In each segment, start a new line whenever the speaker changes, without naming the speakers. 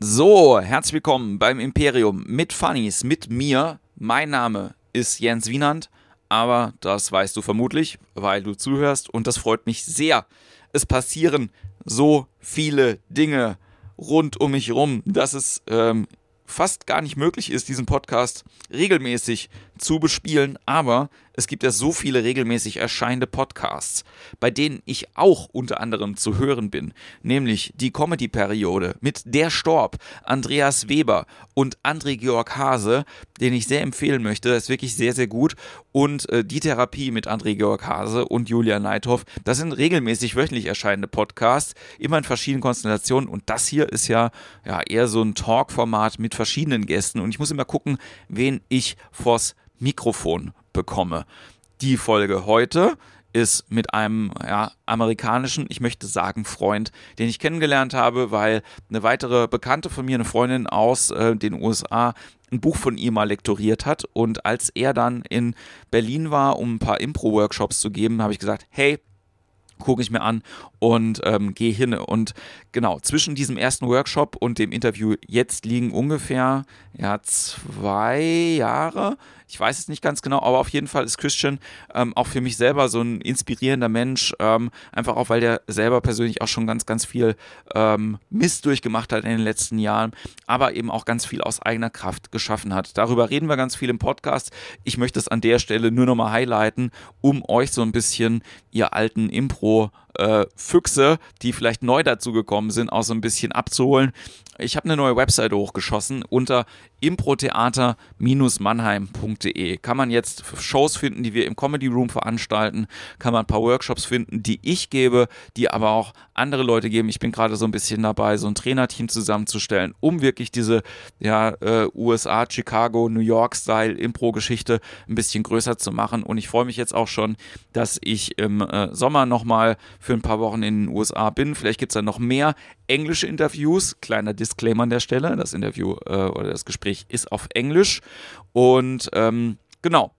So, herzlich willkommen beim Imperium mit Funnies, mit mir. Mein Name ist Jens Wienand, aber das weißt du vermutlich, weil du zuhörst und das freut mich sehr. Es passieren so viele Dinge rund um mich rum, dass es ähm, fast gar nicht möglich ist, diesen Podcast regelmäßig zu bespielen, aber es gibt ja so viele regelmäßig erscheinende Podcasts, bei denen ich auch unter anderem zu hören bin, nämlich die Comedy-Periode mit Der Storb, Andreas Weber und André Georg Hase, den ich sehr empfehlen möchte, das ist wirklich sehr, sehr gut, und äh, Die Therapie mit André Georg Hase und Julia Neithoff, das sind regelmäßig wöchentlich erscheinende Podcasts, immer in verschiedenen Konstellationen und das hier ist ja, ja eher so ein Talk-Format mit verschiedenen Gästen und ich muss immer gucken, wen ich vors Mikrofon bekomme. Die Folge heute ist mit einem ja, amerikanischen, ich möchte sagen, Freund, den ich kennengelernt habe, weil eine weitere Bekannte von mir, eine Freundin aus äh, den USA, ein Buch von ihm mal lektoriert hat. Und als er dann in Berlin war, um ein paar Impro-Workshops zu geben, habe ich gesagt, hey, gucke ich mir an und ähm, gehe hin. Und genau, zwischen diesem ersten Workshop und dem Interview jetzt liegen ungefähr ja, zwei Jahre. Ich weiß es nicht ganz genau, aber auf jeden Fall ist Christian ähm, auch für mich selber so ein inspirierender Mensch. Ähm, einfach auch, weil der selber persönlich auch schon ganz, ganz viel ähm, Mist durchgemacht hat in den letzten Jahren, aber eben auch ganz viel aus eigener Kraft geschaffen hat. Darüber reden wir ganz viel im Podcast. Ich möchte es an der Stelle nur nochmal highlighten, um euch so ein bisschen ihr alten Impro Füchse, die vielleicht neu dazugekommen sind, auch so ein bisschen abzuholen. Ich habe eine neue Webseite hochgeschossen unter improtheater-mannheim.de. Kann man jetzt Shows finden, die wir im Comedy Room veranstalten, kann man ein paar Workshops finden, die ich gebe, die aber auch andere Leute geben. Ich bin gerade so ein bisschen dabei, so ein Trainerteam zusammenzustellen, um wirklich diese ja, äh, USA, Chicago, New York-Style Impro-Geschichte ein bisschen größer zu machen. Und ich freue mich jetzt auch schon, dass ich im äh, Sommer nochmal für ein paar Wochen in den USA bin. Vielleicht gibt es dann noch mehr englische Interviews. Kleiner Disclaimer an der Stelle. Das Interview äh, oder das Gespräch ist auf Englisch. Und ähm, genau.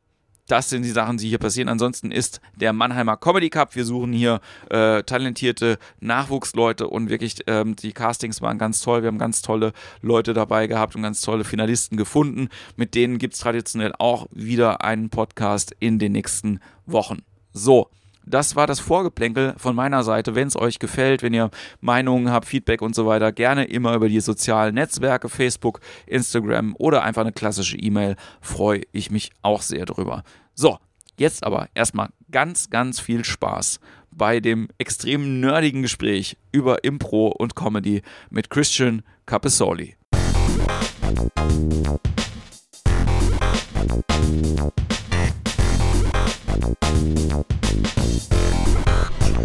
Das sind die Sachen, die hier passieren. Ansonsten ist der Mannheimer Comedy Cup. Wir suchen hier äh, talentierte Nachwuchsleute und wirklich ähm, die Castings waren ganz toll. Wir haben ganz tolle Leute dabei gehabt und ganz tolle Finalisten gefunden. Mit denen gibt es traditionell auch wieder einen Podcast in den nächsten Wochen. So, das war das Vorgeplänkel von meiner Seite. Wenn es euch gefällt, wenn ihr Meinungen habt, Feedback und so weiter, gerne immer über die sozialen Netzwerke, Facebook, Instagram oder einfach eine klassische E-Mail. Freue ich mich auch sehr drüber. So, jetzt aber erstmal ganz, ganz viel Spaß bei dem extrem nerdigen Gespräch über Impro und Comedy mit Christian Capesoli.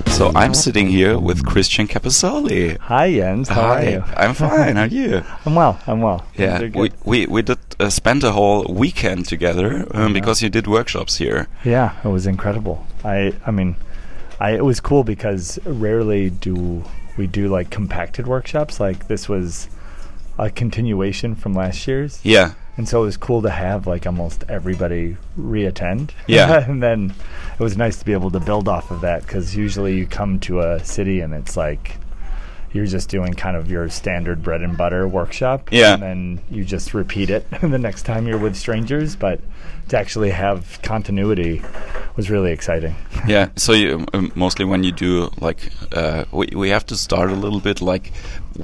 So I'm sitting here with Christian Capasoli.
Hi, Jens. How
Hi,
are you?
I'm fine. How are you?
I'm well. I'm well. Things
Yeah,
are
we
good.
we, we did uh, spend a whole weekend together um, because you did workshops here.
yeah, it was incredible. I, I mean, I it was cool because rarely do we do like compacted workshops. Like this was a continuation from last year's,
Yeah,
and so it was cool to have like almost everybody reattend.
Yeah.
and then it was nice to be able to build off of that because usually you come to a city and it's like. You're just doing kind of your standard bread and butter workshop,
Yeah.
and then and you just repeat it the next time you're with strangers. But to actually have continuity was really exciting.
yeah. So you um, mostly when you do like uh, we we have to start a little bit like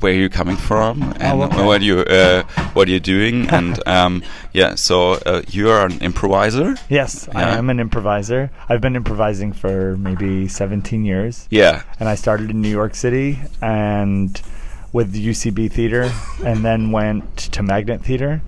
where you're coming from and
Oh, okay.
what you uh, what you're doing and um, yeah. So uh, you are an improviser.
Yes, I
Yeah.
am an improviser. I've been improvising for maybe 17 years.
Yeah.
and I started in New York City and with the UCB Theater, and then went to Magnet Theater.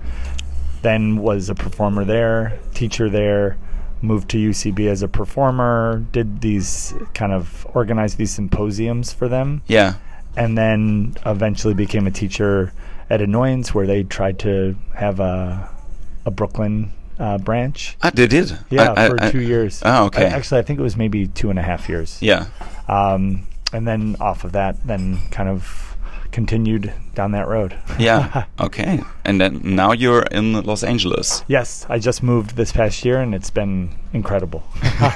Then was a performer there, teacher there, moved to UCB as a performer. Did these kind of organized these symposiums for them,
Yeah.
and then eventually became a teacher at Annoyance, where they tried to have a a Brooklyn uh, branch.
Ah, they did.
Yeah,
I- I-
for
I-
two years.
Ah,
I-
okay.
actually, I think it was maybe two and a half years
yeah.
um, and then off of that, then kind of continued down that road.
Yeah. okay. And then now you're in Los Angeles.
yes, I just moved this past year, and it's been incredible. I'm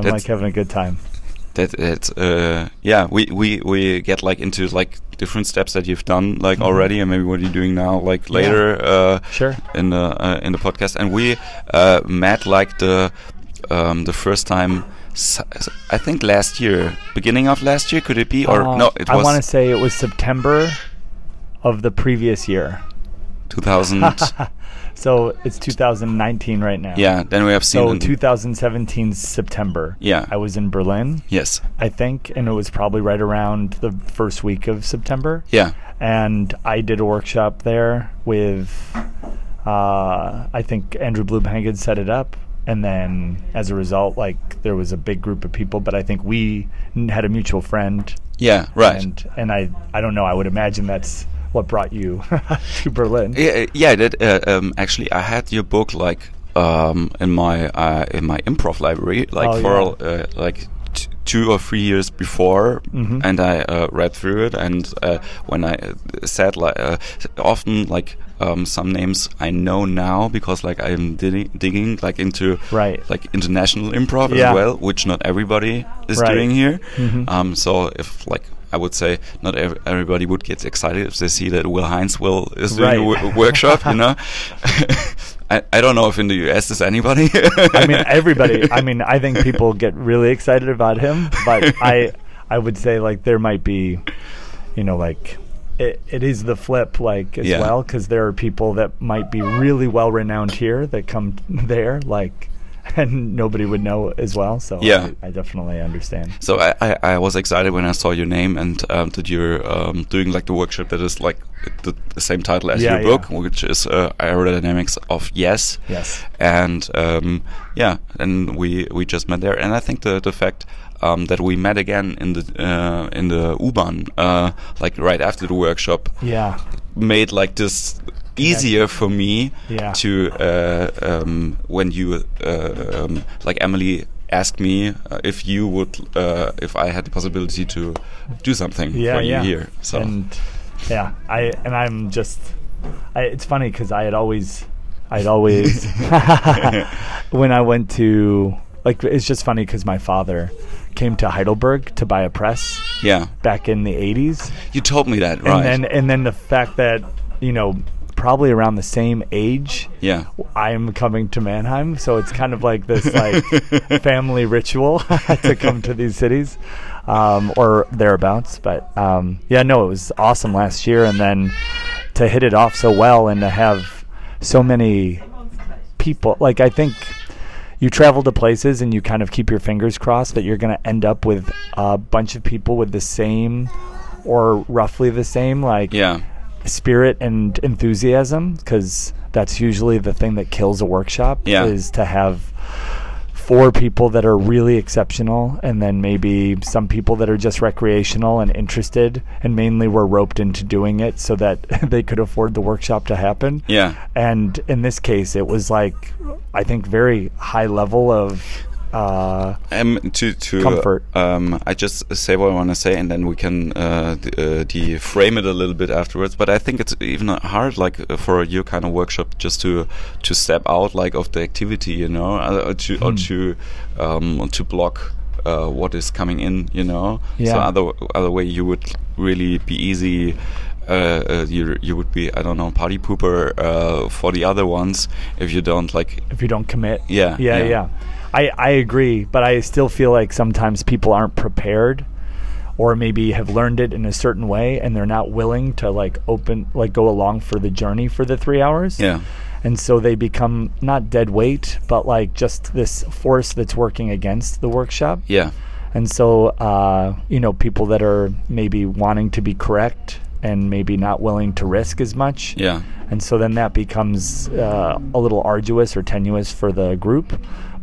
That's-
like having a good time.
that that uh, yeah we, we we get like into like different steps that you've done like already and maybe what you're doing now like later uh,
Mm-hmm. Sure.
in the uh, in the podcast and we uh, met like the um, the first time s- I think last year beginning of last year could it be or
Uh,
no it
I
was
want to say it was September of the previous year.
2000
So it's 2019 right now.
Mm. yeah then we have seen
So
in-
2017 September.
Yeah.
I was in Berlin,
yes
I think, and it was probably right around the first week of September.
yeah
and I did a workshop there with, uh, I think Andrew Blumhang had set it up. And then as a result, like there was a big group of people, but I think we n- had a mutual friend.
yeah right
And, and I, I don't know, I would imagine that's what brought you to Berlin.
Yeah, uh, yeah. That uh, um, actually, I had your book like um, in my uh, in my improv library, like
Oh,
for uh, like t- two or three years before,
Mm-hmm.
and I uh, read through it. And uh, when I uh, said like uh, often like um, some names I know now because like I'm digging, digging like into
Right.
like international improv
Yeah.
as well, which not everybody is
Right.
doing here.
Mhm.
Um, so if like. I would say not ev- everybody would get excited if they see that Will Heinz will is doing a
Right.
wo- workshop, you know. I, I don't know if in the US is anybody.
I mean, everybody. I mean, I think people get really excited about him, but I, I would say like there might be, you know, like it, it is the flip like as
Yeah.
well, 'cause well because there are people that might be really well renowned here that come there like, and nobody would know as well. So
Yeah.
I, I definitely understand.
So I, I, I was excited when I saw your name and um, that you're um, doing like the workshop that is like the, the same title as
Yeah,
your book,
yeah.
which is uh, aerodynamics of yes.
Yes.
And um, yeah, and we we just met there, and I think the the fact um, that we met again in the uh, in the U-Bahn, uh, like right after the workshop,
Yeah.
made like this easier for me
Yeah.
to uh, um, when you uh, um, like Emily asked me uh, if you would uh, if I had the possibility to do something
yeah,
for you
yeah.
here. So
and yeah, I and I'm just. I, it's funny because I had always, I'd always, when I went to like it's just funny because my father came to Heidelberg to buy a press
yeah,
back in the '80s,
you told me that,
and
right?
then and then the fact that you know probably around the same age
yeah,
I'm coming to Mannheim, so it's kind of like this like family ritual to come to these cities um, or thereabouts. But um, yeah, no, it was awesome last year, and then to hit it off so well and to have so many people. Like I think you travel to places and you kind of keep your fingers crossed that you're going to end up with a bunch of people with the same or roughly the same like
yeah,
spirit and enthusiasm because that's usually the thing that kills a workshop
Yeah.
is to have four people that are really exceptional and then maybe some people that are just recreational and interested and mainly were roped into doing it so that they could afford the workshop to happen
yeah.
and in this case it was like i think very high level of uh
Um, to to
Comfort.
Um, I just say what I want to say, and then we can uh, d- uh, deframe it a little bit afterwards. But I think it's even hard, like uh, for your kind of workshop, just to to step out, like of the activity, you know, uh, or to
Hmm.
or to um, or to block. Uh, what is coming in, you know? So
Yeah.
other other way you would really be easy. Uh, uh, you you would be I don't know party pooper uh, for the other ones if you don't like
if you don't commit.
Yeah,
Yeah,
yeah.
yeah. I, I agree, but I still feel like sometimes people aren't prepared or maybe have learned it in a certain way and they're not willing to like open like go along for the journey for the 3 hours.
yeah
And so they become not dead weight, but like just this force that's working against the workshop.
yeah
And so, uh, you know, people that are maybe wanting to be correct and maybe not willing to risk as much.
yeah
And so then that becomes uh, a little arduous or tenuous for the group.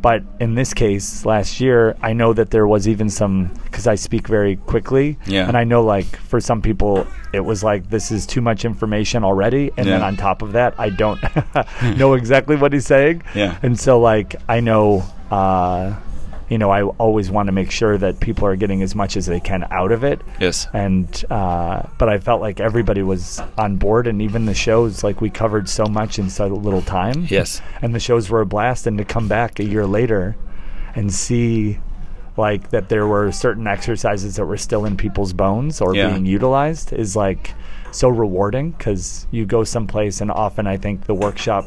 But in this case, last year, I know that there was even some, because I speak very quickly.
Yeah.
And I know, like, for some people, it was like, this is too much information already. And then
Yeah. Hmm.
on top of that, I don't know exactly what he's saying.
Yeah.
And so, like, I know, uh, you know, I always want to make sure that people are getting as much as they can out of it
yes
and uh, but I felt like everybody was on board, and even the shows like we covered so much in so little time.
yes
and the shows were a blast, and to come back a year later and see like that there were certain exercises that were still in people's bones or
Yeah.
being utilized is like so rewarding because you go someplace and often I think the workshop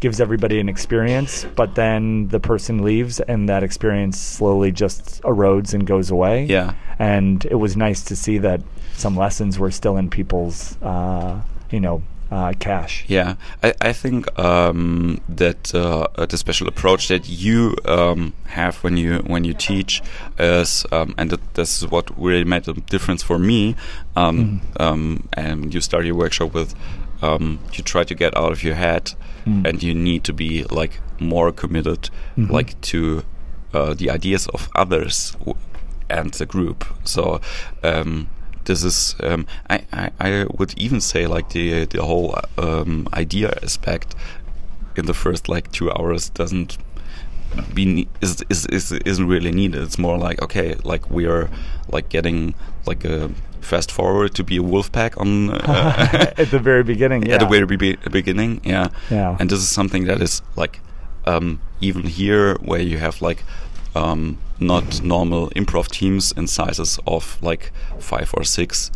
gives everybody an experience, but then the person leaves and that experience slowly just erodes and goes away.
Yeah.
And it was nice to see that some lessons were still in people's, uh, you know, uh, cache.
Yeah, I, I think um, that uh, uh, the special approach that you um, have when you when you teach is, um, and that this is what really made the difference for me. Um, um, and you start your workshop with um, you try to get out of your head, and you need to be like more committed, Mm-hmm. like to uh, the ideas of others w- and the group. So. Um, this is um, I, I I would even say like the the whole um, idea aspect in the first like two hours doesn't be ne- is, is is isn't really needed. It's more like okay, like we are like getting like a fast forward to be a wolf pack on uh,
At the very beginning. Yeah.
at the very be- beginning. Yeah.
Yeah.
And this is something that is like um, even here where you have like um, not normal improv teams in sizes of like five or six,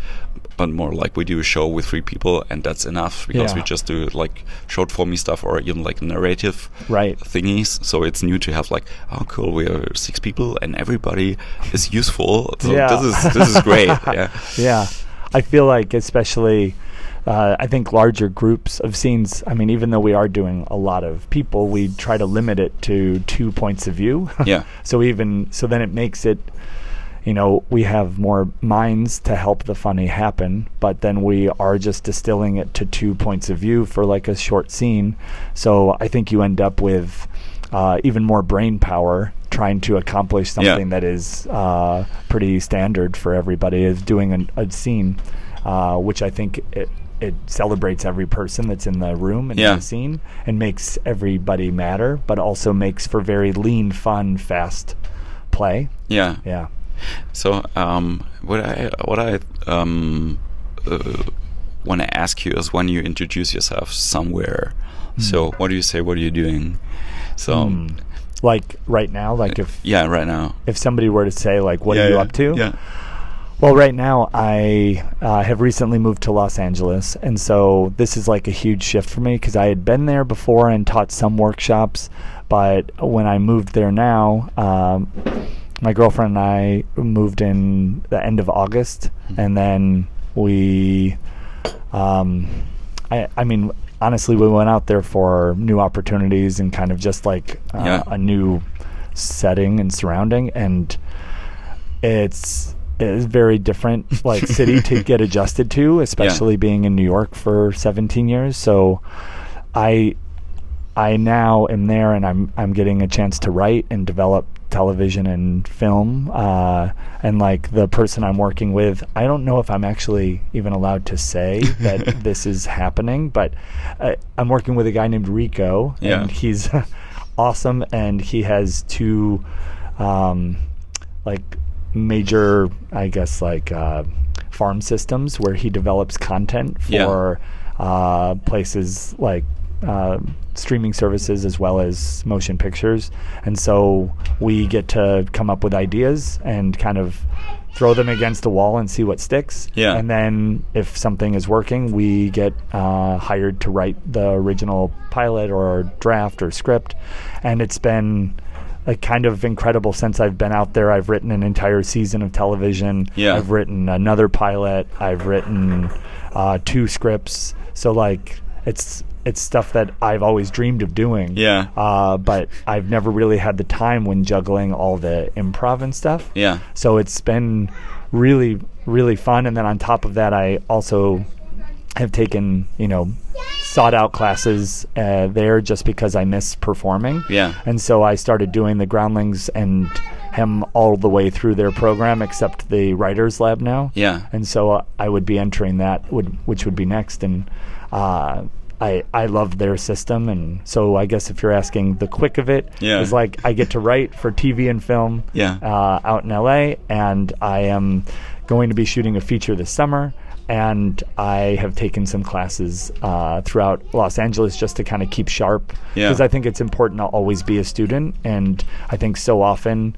but more like we do a show with three people and that's enough because
Yeah.
we just do like short formy stuff or even like narrative
Right.
thingies. So it's new to have like, oh cool, we are six people and everybody is useful. So
Yeah.
this is this is great. yeah.
yeah. I feel like, especially, uh, I think larger groups of scenes. I mean, even though we are doing a lot of people, we try to limit it to two points of view.
Yeah.
so even so, then it makes it. You know, we have more minds to help the funny happen, but then we are just distilling it to two points of view for like a short scene. So I think you end up with uh, even more brain power trying to accomplish
Yeah.
something that that is uh, pretty standard for everybody is doing an, a scene, uh, which I think it, it celebrates every person that's in the room and in
Yeah.
the scene and makes everybody matter, but also makes for very lean, fun, fast play.
Yeah.
Yeah.
So, um, what I what I um, uh, want to ask you is when you introduce yourself somewhere.
Hmm.
So, what do you say? What are you doing? So,
Like right now, like if
Uh, yeah, right now.
Hmm. if somebody were to say like, "What
yeah,
are you
yeah,
up to?"
Yeah.
Well, right now I uh, have recently moved to Los Angeles, and so this is like a huge shift for me because I had been there before and taught some workshops, but when I moved there now, um, my girlfriend and I moved in the end of August, and then we, um, I, I mean, honestly, we went out there for new opportunities and kind of just like uh,
Yeah.
a new setting and surrounding, and it's it's very different like city to get adjusted to especially being in new york for 17 years so i i now am there and i'm i'm getting a chance to write and develop television and film uh, and like the person i'm working with i don't know if i'm actually even allowed to say that this is happening but uh, i'm working with a guy named rico
Yeah.
and he's awesome and he has two um, like major i guess like uh, farm systems where he develops content
Yeah.
for uh, places like uh, streaming services as well as motion pictures and so we get to come up with ideas and kind of throw them against the wall and see what sticks
Yeah.
and then if something is working we get uh, hired to write the original pilot or draft or script and it's been a kind of incredible since I've been out there. I've written an entire season of television.
Yeah.
I've written another pilot. I've written uh, two scripts. So like it's it's stuff that I've always dreamed of doing.
Yeah.
Uh, but I've never really had the time when juggling all the improv and stuff.
Yeah.
So it's been really, really fun. And then on top of that, I also have taken, you know, sought out classes uh, there just because I miss performing.
Yeah.
And so I started doing the Groundlings and him all the way through their program, except the Writers Lab now.
Yeah.
And so uh, I would be entering that, would, which would be next. And uh, I, I love their system. And so I guess if you're asking, the quick of it is
Yeah.
like I get to write for TV and film
Yeah.
uh, out in LA, and I am going to be shooting a feature this summer. And I have taken some classes uh, throughout Los Angeles just to kind of keep sharp
Yeah.
because I think it's important to always be a student. And I think so often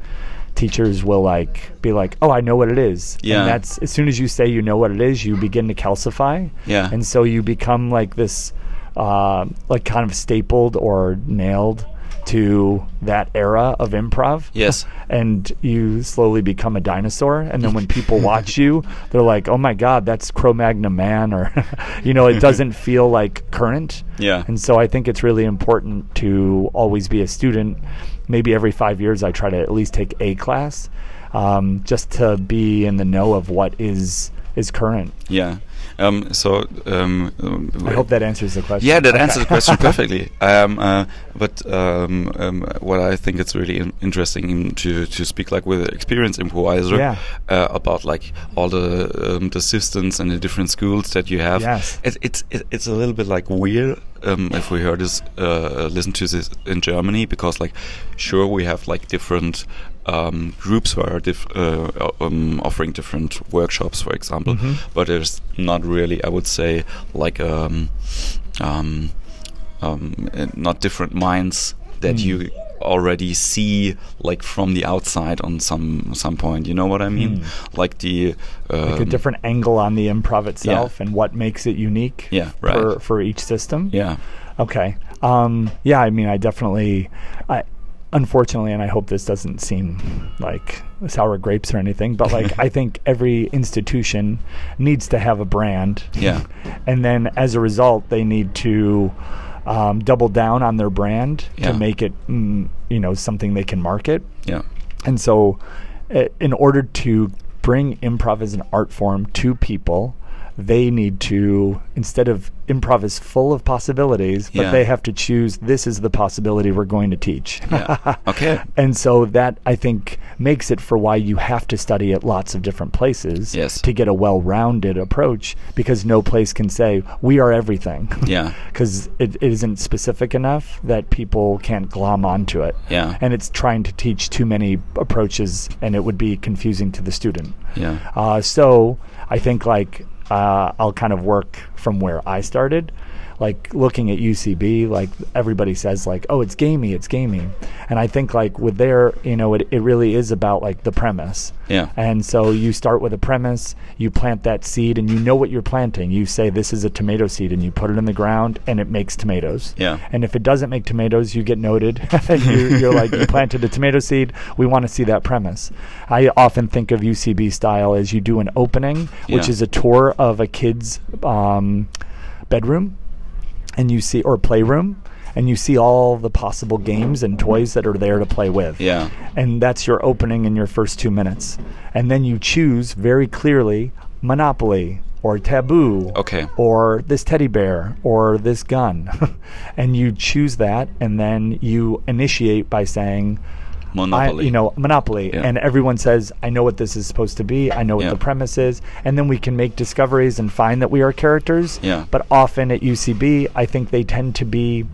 teachers will like be like, "Oh, I know what it is."
Yeah.
And that's as soon as you say you know what it is, you begin to calcify.
Yeah.
And so you become like this, uh, like kind of stapled or nailed to that era of improv.
Yes.
and you slowly become a dinosaur. And then when people watch you, they're like, "Oh my God, that's Cro-Magnon man," or you know, it doesn't feel like current.
Yeah.
And so I think it's really important to always be a student. Maybe every five years, I try to at least take a class, um, just to be in the know of what is is current.
Yeah. Um, so um, um,
I hope that answers the question.
Yeah, that
Okay.
answers the question perfectly. Um, uh, but um, um, what I think it's really in- interesting in- to to speak like with an experienced improviser
Yeah.
uh, about like all the um, the systems and the different schools that you have.
Yes.
It, it's it, it's a little bit like weird um, if we heard this uh, listen to this in Germany because like sure we have like different. Um, groups who are diff- uh, um, offering different workshops, for example,
Mhm.
but there's not really, I would say, like um, um, um, uh, not different minds that
Mm.
you already see like from the outside on some some point. You know what I mean? Like the um,
Hmm. like a different angle on the improv itself and what makes it unique.
Yeah, right.
For for each system.
yeah
Okay. Um, yeah, I mean, I definitely, I, unfortunately, and I hope this doesn't seem like sour grapes or anything, but like I think every institution needs to have a brand.
Yeah.
and then as a result, they need to um, double down on their brand
Yeah.
to make it, mm, you know, something they can market.
yeah
And so, uh, in order to bring improv as an art form to people, they need to, instead of improv is full of possibilities, but
Yeah.
they have to choose this is the possibility we're going to teach.
yeah okay
And so that I think makes it for why you have to study at lots of different places
Yes.
to get a well-rounded approach because no place can say we are everything.
Yeah.
Cuz it, it isn't specific enough that people can't glom onto it.
Yeah.
And it's trying to teach too many approaches and it would be confusing to the student.
yeah
Uh, so I think like uh, I'll kind of work from where I started, like looking at UCB. Like everybody says, like oh, it's gamey, it's gamey, and I think like with their, you know, it, it really is about like the premise.
Yeah.
And so you start with a premise, you plant that seed, and you know what you're planting. You say this is a tomato seed, and you put it in the ground, and it makes tomatoes.
Yeah.
And if it doesn't make tomatoes, you get noted. you, you're like, you planted a tomato seed. We want to see that premise. I often think of UCB style as you do an opening, which
Yeah.
is a tour of a kid's um, bedroom, and you see or playroom, and you see all the possible games and toys that are there to play with
yeah
and that's your opening in your first two minutes. And then you choose very clearly Monopoly or Taboo
Okay.
or this teddy bear or this gun. and you choose that, and then you initiate by saying,
monopoly
I, you know, Monopoly.
Yeah.
And everyone says, I know what this is supposed to be. I know what
Yeah.
the premise is. And then we can make discoveries and find that we are characters.
Yeah.
But often at UCB, I think they tend to be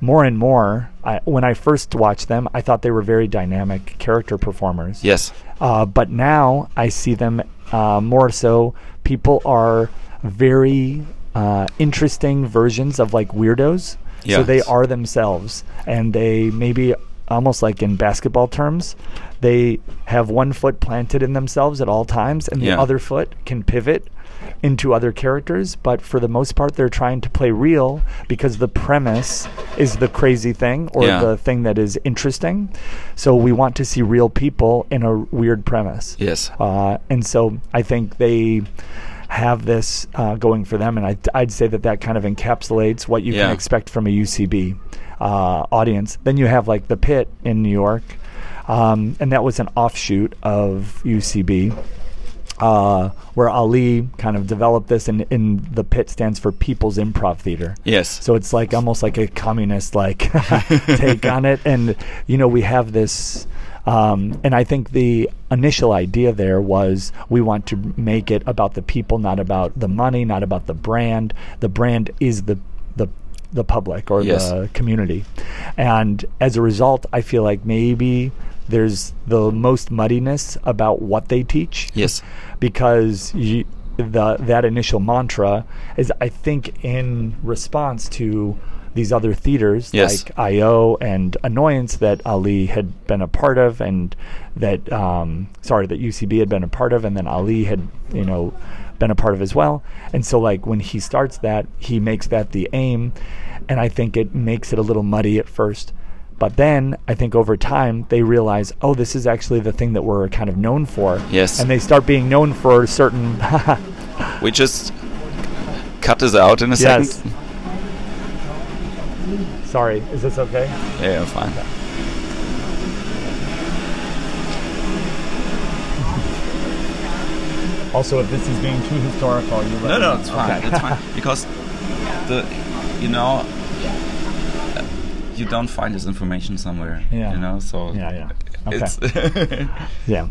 more and more. I, when I first watched them, I thought they were very dynamic character performers.
yes
Uh, but now I see them uh, more so. People are very uh, interesting versions of like weirdos. So
Yes.
they are themselves, and they maybe almost like in basketball terms, they have one foot planted in themselves at all times, and the
Yeah.
other foot can pivot into other characters. But for the most part, they're trying to play real because the premise is the crazy thing or
Yeah.
the thing that is interesting. So we want to see real people in a weird premise.
yes
Uh, and so I think they have this uh, going for them, and I, I'd say that that kind of encapsulates what you
Yeah.
can expect from a UCB uh, audience. Then you have like the pit in New York, um, and that was an offshoot of UCB. Uh, where Ali kind of developed this, and in the pit stands for People's Improv Theater.
yes
So it's like almost like a communist like take on it, and you know we have this, um, and I think the initial idea there was we want to make it about the people, not about the money, not about the brand. The brand is the the the public or
Yes.
the community, and as a result, I feel like maybe there's the most muddiness about what they teach
yes
because you, the that initial mantra is I think in response to these other theaters
Yes.
like IO and Annoyance that Ali had been a part of, and that um, sorry that UCB had been a part of, and then Ali had you know been a part of as well. And so like when he starts that, he makes that the aim, and I think it makes it a little muddy at first. But then I think over time they realize, oh, this is actually the thing that we're kind of known for.
Yes.
And they start being known for certain.
We just cut this out in a
yes.
second.
Sorry, is this okay?
Yeah, fine.
Also, if this is being too historical, you
No, no, it's fine. It's fine because the you know you don't find this information somewhere.
Yeah.
You know, so
Yeah, yeah. Okay.
It's
Yeah.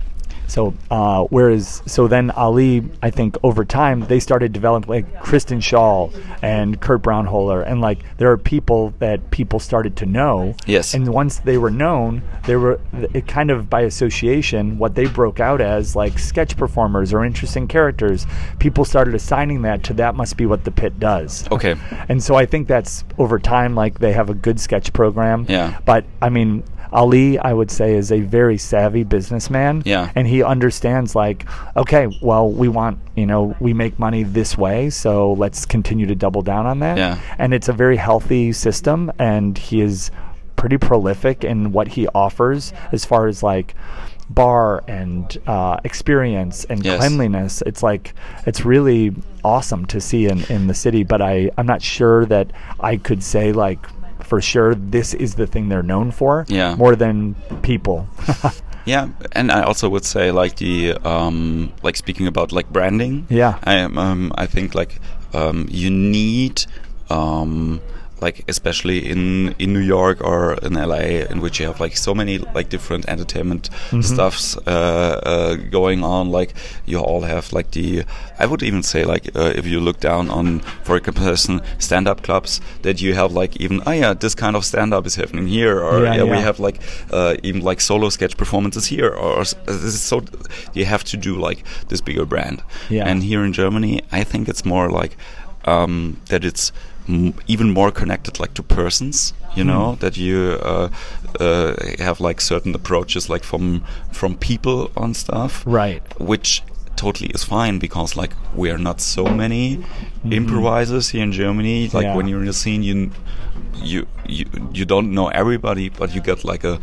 So, uh, whereas, so then Ali, I think over time they started developing like Kristen Shaw and Kurt Brownholer, and like there are people that people started to know.
Yes.
And once they were known, they were it kind of by association what they broke out as like sketch performers or interesting characters. People started assigning that to that must be what the pit does.
okay.
And so I think that's over time, like they have a good sketch program.
Yeah.
But I mean, Ali, I would say, is a very savvy businessman.
Yeah.
And he understands, like, okay, well, we want, you know, we make money this way, so let's continue to double down on that.
Yeah.
And it's a very healthy system, and he is pretty prolific in what he offers as far as like bar and uh, experience and
Yes.
cleanliness. It's like it's really awesome to see in, in the city, but I I'm not sure that I could say like for sure this is the thing they're known for.
Yeah.
More than people.
Yeah, and I also would say like the um, like speaking about like branding.
Yeah.
I am. Um, I think like um, you need um, like especially in in New York or in LA, in which you have like so many like different entertainment
Mm-hmm.
stuffs uh, uh, going on. Like you all have like the. I would even say like uh, if you look down on for a comparison stand up clubs that you have like even oh yeah this kind of stand up is happening here or
Yeah,
yeah, we
yeah.
have like uh, even like solo sketch performances here or, or s- this is so you have to do like this bigger brand
Yeah.
and here in germany i think it's more like um, that it's m- even more connected like to persons you
Hmm.
know that you uh, uh, have like certain approaches like from from people on stuff
Right.
which totally is fine because like we are not so many improvisers here in Germany. Like
Mm-hmm. Yeah.
when you're in a scene, you you you you don't know everybody, but you get like a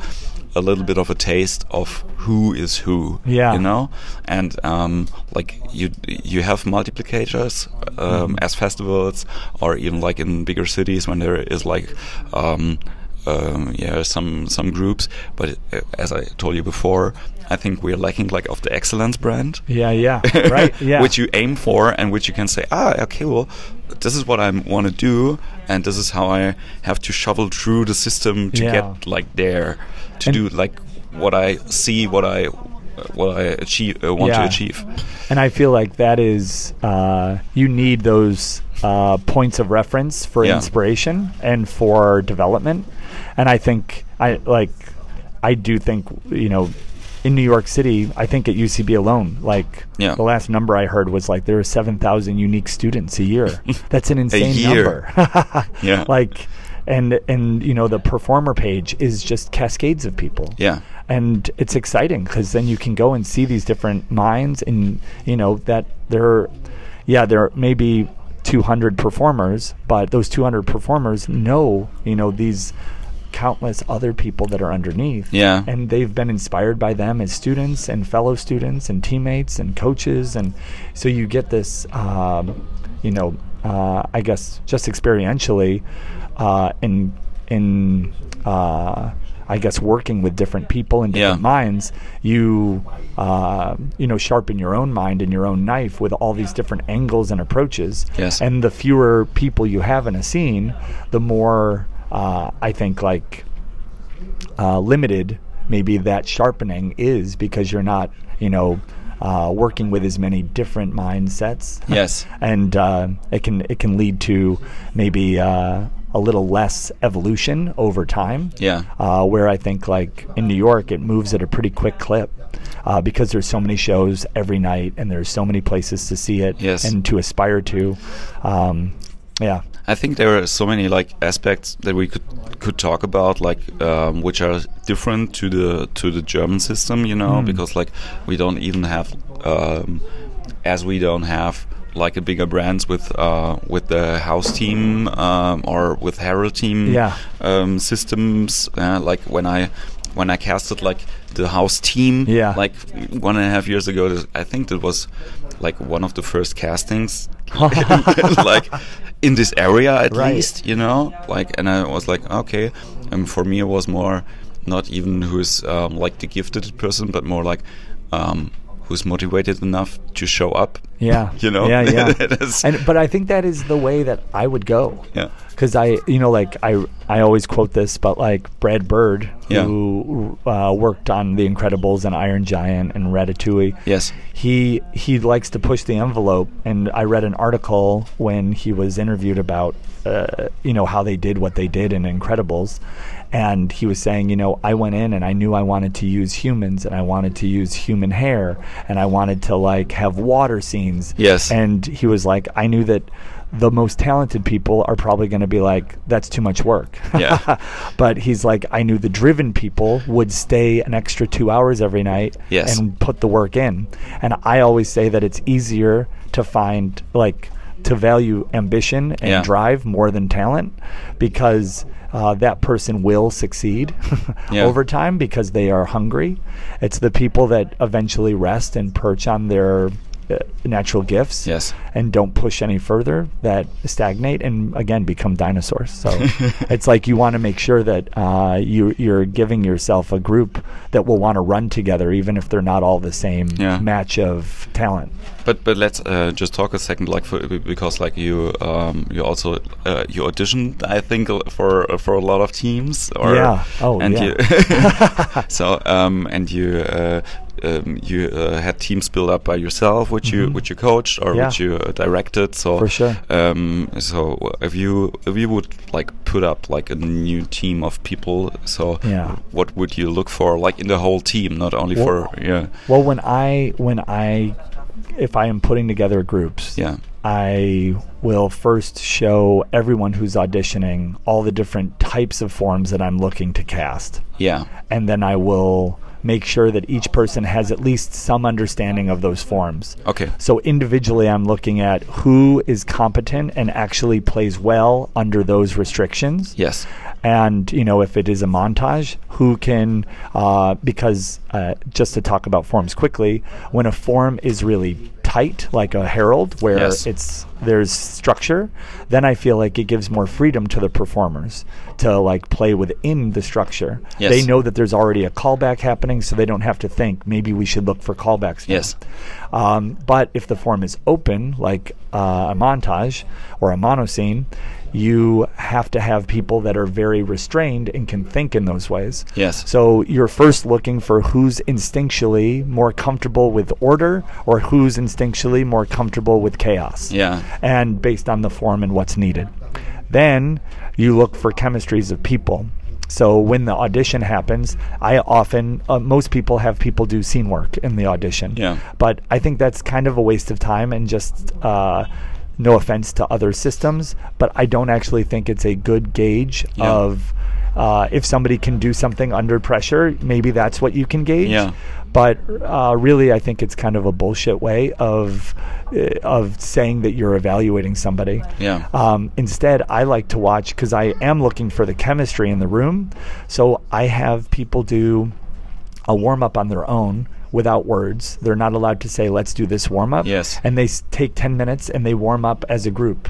a little bit of a taste of who is who.
Yeah.
you know, and um, like you you have multiplicators um, as festivals, or even like in bigger cities when there is like. Um, um, yeah, some some groups, but uh, as I told you before, I think we're lacking like of the excellence brand
yeah, yeah. Right. Yeah.
which you aim for and which you can say, ah, okay, well, this is what I want to do, and this is how I have to shovel through the system to
Yeah.
get like there, to
And-
do like what I see, what I what I achieve uh, want
Yeah.
to achieve.
And I feel like that is uh, you need those uh, points of reference for
Yeah.
inspiration and for development. And I think I like I do think you know in New York City, I think at UCB alone, like
Yeah.
the last number I heard was like there are seven thousand unique students a year. That's an insane
year.
number.
Yeah.
like. And and you know the performer page is just cascades of people
Yeah.
and it's exciting because then you can go and see these different minds and you know that there are, yeah there may be 200 performers but those 200 performers know you know these countless other people that are underneath
Yeah.
and they've been inspired by them as students and fellow students and teammates and coaches and so you get this um, you know uh, i guess just experientially uh, in in uh, i guess working with different people and different
Yeah.
minds you uh, you know sharpen your own mind and your own knife with all these different angles and approaches
Yes.
and the fewer people you have in a scene the more uh, i think like uh, limited maybe that sharpening is because you're not you know uh, working with as many different mindsets
Yes.
and uh, it can it can lead to maybe uh, a little less evolution over time
Yeah.
uh, where I think like in New York it moves at a pretty quick clip uh, because there's so many shows every night and there's so many places to see it
Yes.
and to aspire to um, Yeah.
I think there are so many like aspects that we could could talk about, like um, which are different to the to the German system, you
Hmm.
know, because like we don't even have um, as we don't have like a bigger brands with uh, with the house team um, or with Herald team
Yeah.
um, systems. Uh, like when I when I casted like the house team,
Yeah.
like one and a half years ago, this- I think that was like one of the first castings like in this area at
Right.
least you know like and i was like okay and for me it was more not even who's um, like the gifted person but more like um, who's motivated enough to show up
Yeah.
you know
Yeah, yeah.
That is-
and but I think that is the way that I would go.
yeah
Because I, you know, like I, I always quote this, but like Brad Bird, who uh, worked on The Incredibles and Iron Giant and Ratatouille.
yes
he he likes to push the envelope and i read an article when he was interviewed about uh, you know how they did what they did in incredibles and he was saying you know i went in and i knew i wanted to use humans and i wanted to use human hair and i wanted to like have water scenes
Yes.
and he was like i knew that the most talented people are probably going to be like that's too much work
Yeah.
but he's like i knew the driven people would stay an extra two hours every night
Yes.
and put the work in. And I always say that it's easier to find like to value ambition and
Yeah.
drive more than talent because uh, that person will succeed
Yeah.
over time because they are hungry. It's the people that eventually rest and perch on their uh, natural gifts
Yes.
and don't push any further that stagnate and again become dinosaurs. So it's like you want to make sure that uh, you, you're giving yourself a group that will want to run together, even if they're not all the same
Yeah.
match of talent.
But but let's uh, just talk a second, like for, because like you um, you also uh, you auditioned, I think, for uh, for a lot of teams. Or,
Yeah. Oh,
and
yeah.
You so um, and you uh, um, you uh, had teams built up by yourself, which you which you coached or
Mm-hmm. Yeah.
which you uh, directed. So
For sure.
Um, so if you if you would like put up like a new team of people, so
Yeah.
what would you look for, like in the whole team, not only
Well-
for yeah
Well, when I, when I, if I am putting together groups,
yeah
I will first show everyone who's auditioning all the different types of forms that I'm looking to cast.
yeah
and then I will make sure that each person has at least some understanding of those forms.
okay
So individually, I'm looking at who is competent and actually plays well under those restrictions.
yes.
And, you know, if it is a montage, who can, uh, because uh, just to talk about forms quickly, when a form is really tight, like a herald, where
Yes.
it's there's structure, then I feel like it gives more freedom to the performers to like play within the structure.
Yes.
They know that there's already a callback happening, so they don't have to think maybe we should look for callbacks. now."
Yes.
Um, but if the form is open, like uh, a montage or a monoscene, you have to have people that are very restrained and can think in those ways.
Yes.
So you're first looking for who's instinctually more comfortable with order or who's instinctually more comfortable with chaos
Yeah.
and based on the form and what's needed. Then you look for chemistries of people. So when the audition happens, I often uh, most people have people do scene work in the audition.
Yeah.
But I think that's kind of a waste of time and just uh, no offense to other systems, but I don't actually think it's a good gauge
Yeah.
of uh, if somebody can do something under pressure. Maybe that's what you can gauge
Yeah.
but uh, really, I think it's kind of a bullshit way of uh, of saying that you're evaluating somebody.
Yeah.
Um, instead, I like to watch because I am looking for the chemistry in the room. So I have people do a warm up on their own without words. They're not allowed to say, "Let's do this warm up."
Yes.
And they s- take ten minutes and they warm up as a group.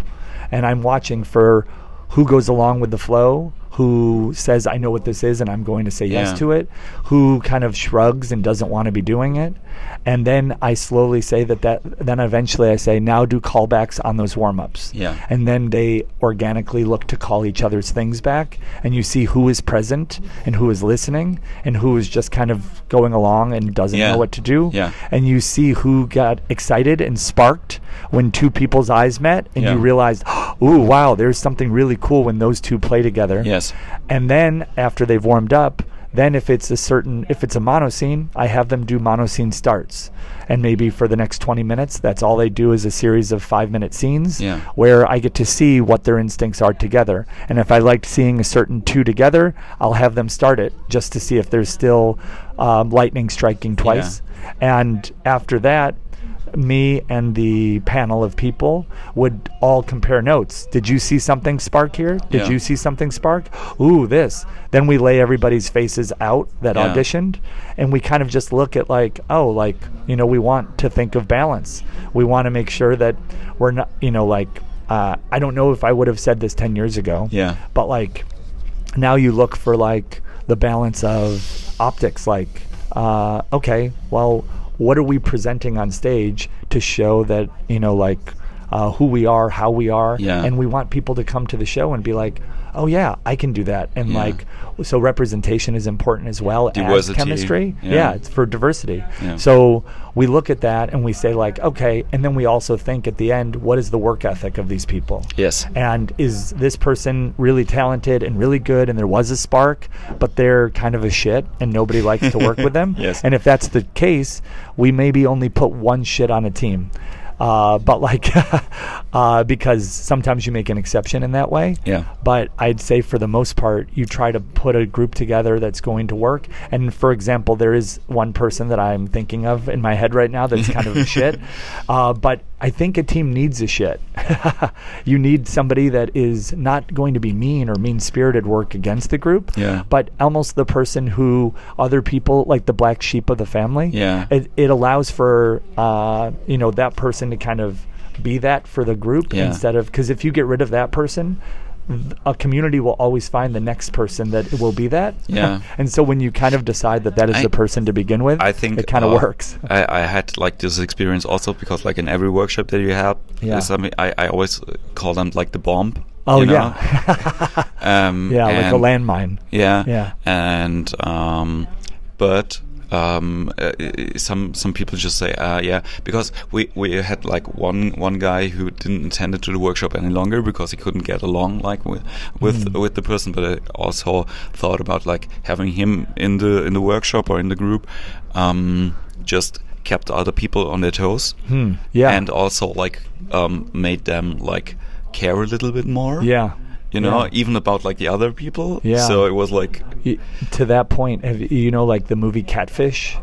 And I'm watching for who goes along with the flow, who says, "I know what this is," and I'm going to say
Yeah.
yes to it, who kind of shrugs and doesn't want to be doing it. And then I slowly say that that then eventually I say now do callbacks on those warm-ups.
Yeah.
And then they organically look to call each other's things back and you see who is present and who is listening and who is just kind of going along and doesn't
Yeah.
know what to do.
Yeah.
And you see who got excited and sparked when two people's eyes met and
Yeah.
you realized, "Ooh, wow, there's something really cool when those two play together."
Yes.
And then after they've warmed up, Then if it's a certain if it's a monoscene, I have them do monoscene starts. And maybe for the next 20 minutes, that's all they do is a series of 5-minute scenes
Yeah.
where I get to see what their instincts are together. And if I liked seeing a certain two together, I'll have them start it just to see if there's still um, lightning striking twice. And after that, me and the panel of people would all compare notes. Did you see something spark here? Did
Yeah.
you see something spark? Ooh, this. Then we lay everybody's faces out that
Yeah.
auditioned and we kind of just look at like, oh, like, you know, we want to think of balance. We want to make sure that we're not, you know, like uh, I don't know if I would have said this 10 years ago.
Yeah.
But like now you look for like the balance of optics like uh, okay well what are we presenting on stage to show that you know like uh, who we are how we are
Yeah.
and we want people to come to the show and be like oh yeah i can do that and
Yeah.
like so representation is important as well
Diversity,
as chemistry
yeah.
it's for diversity
Yeah.
so we look at that and we say like okay and then we also think at the end what is the work ethic of these people
Yes.
and is this person really talented and really good and there was a spark but they're kind of a shit and nobody likes to work with them
Yes.
and if that's the case we maybe only put one shit on a team uh, but like uh, because sometimes you make an exception in that way
Yeah.
but I'd say for the most part, you try to put a group together that's going to work. And for example, there is one person that I'm thinking of in my head right now that's kind of a shit. Uh, but I think a team needs a shit. you need somebody that is not going to be mean or mean spirited work against the group,
Yeah.
but almost the person who other people, like the black sheep of the family,
Yeah.
it, it allows for uh, you know that person to kind of be that for the group
Yeah.
instead of because if you get rid of that person th- a community will always find the next person that will be that
Yeah.
and so when you kind of decide that that is
I-
the person to begin with
I think
it kind
uh,
of works
I, I had like this experience also because like in every workshop that you have,
Yeah.
is something- I, I always uh, call them like the bomb.
oh
you know?
yeah
um,
yeah like a
and-
landmine
Yeah.
Yeah.
And um, but um, uh, uh, some some people just say, uh, yeah, because we we had like one one guy who didn't attend to the workshop any longer because he couldn't get along like with with,
Mm.
with the person. But I also thought about like having him in the in the workshop or in the group, um, just kept other people on their toes.
Hmm, yeah
And also like um, made them like care a little bit more
yeah
you know, e
Yeah.
even about like the other people.
Yeah.
So it was like,
Y- to that point have you know like the movie catfish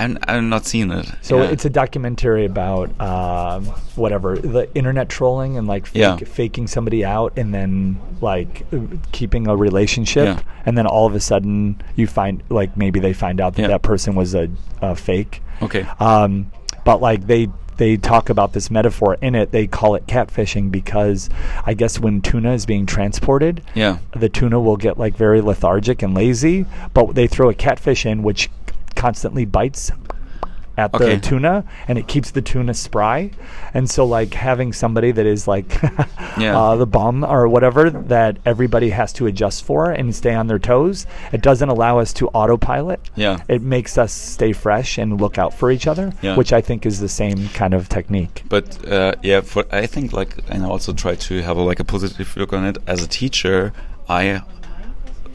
I'm I've not seen it.
So
Yeah.
it's a documentary about um, whatever the internet trolling and like fake,
Yeah.
faking somebody out and then like uh, keeping a relationship
Yeah.
and then all of a sudden you find like maybe they find out that
Yeah.
that person was a, a fake.
okay.
Um, but like they they talk about this metaphor in it. They call it catfishing because I guess when tuna is being transported,
Yeah.
the tuna will get like very lethargic and lazy. But they throw a catfish in, which constantly bites at
Okay.
the tuna and it keeps the tuna spry and so like having somebody that is like
Yeah.
uh, the bum or whatever that everybody has to adjust for and stay on their toes it doesn't allow us to autopilot
Yeah.
it makes us stay fresh and look out for each other,
Yeah.
which I think is the same kind of technique.
but uh, yeah, for I think like, and I also try to have a, like a positive look on it. As a teacher, I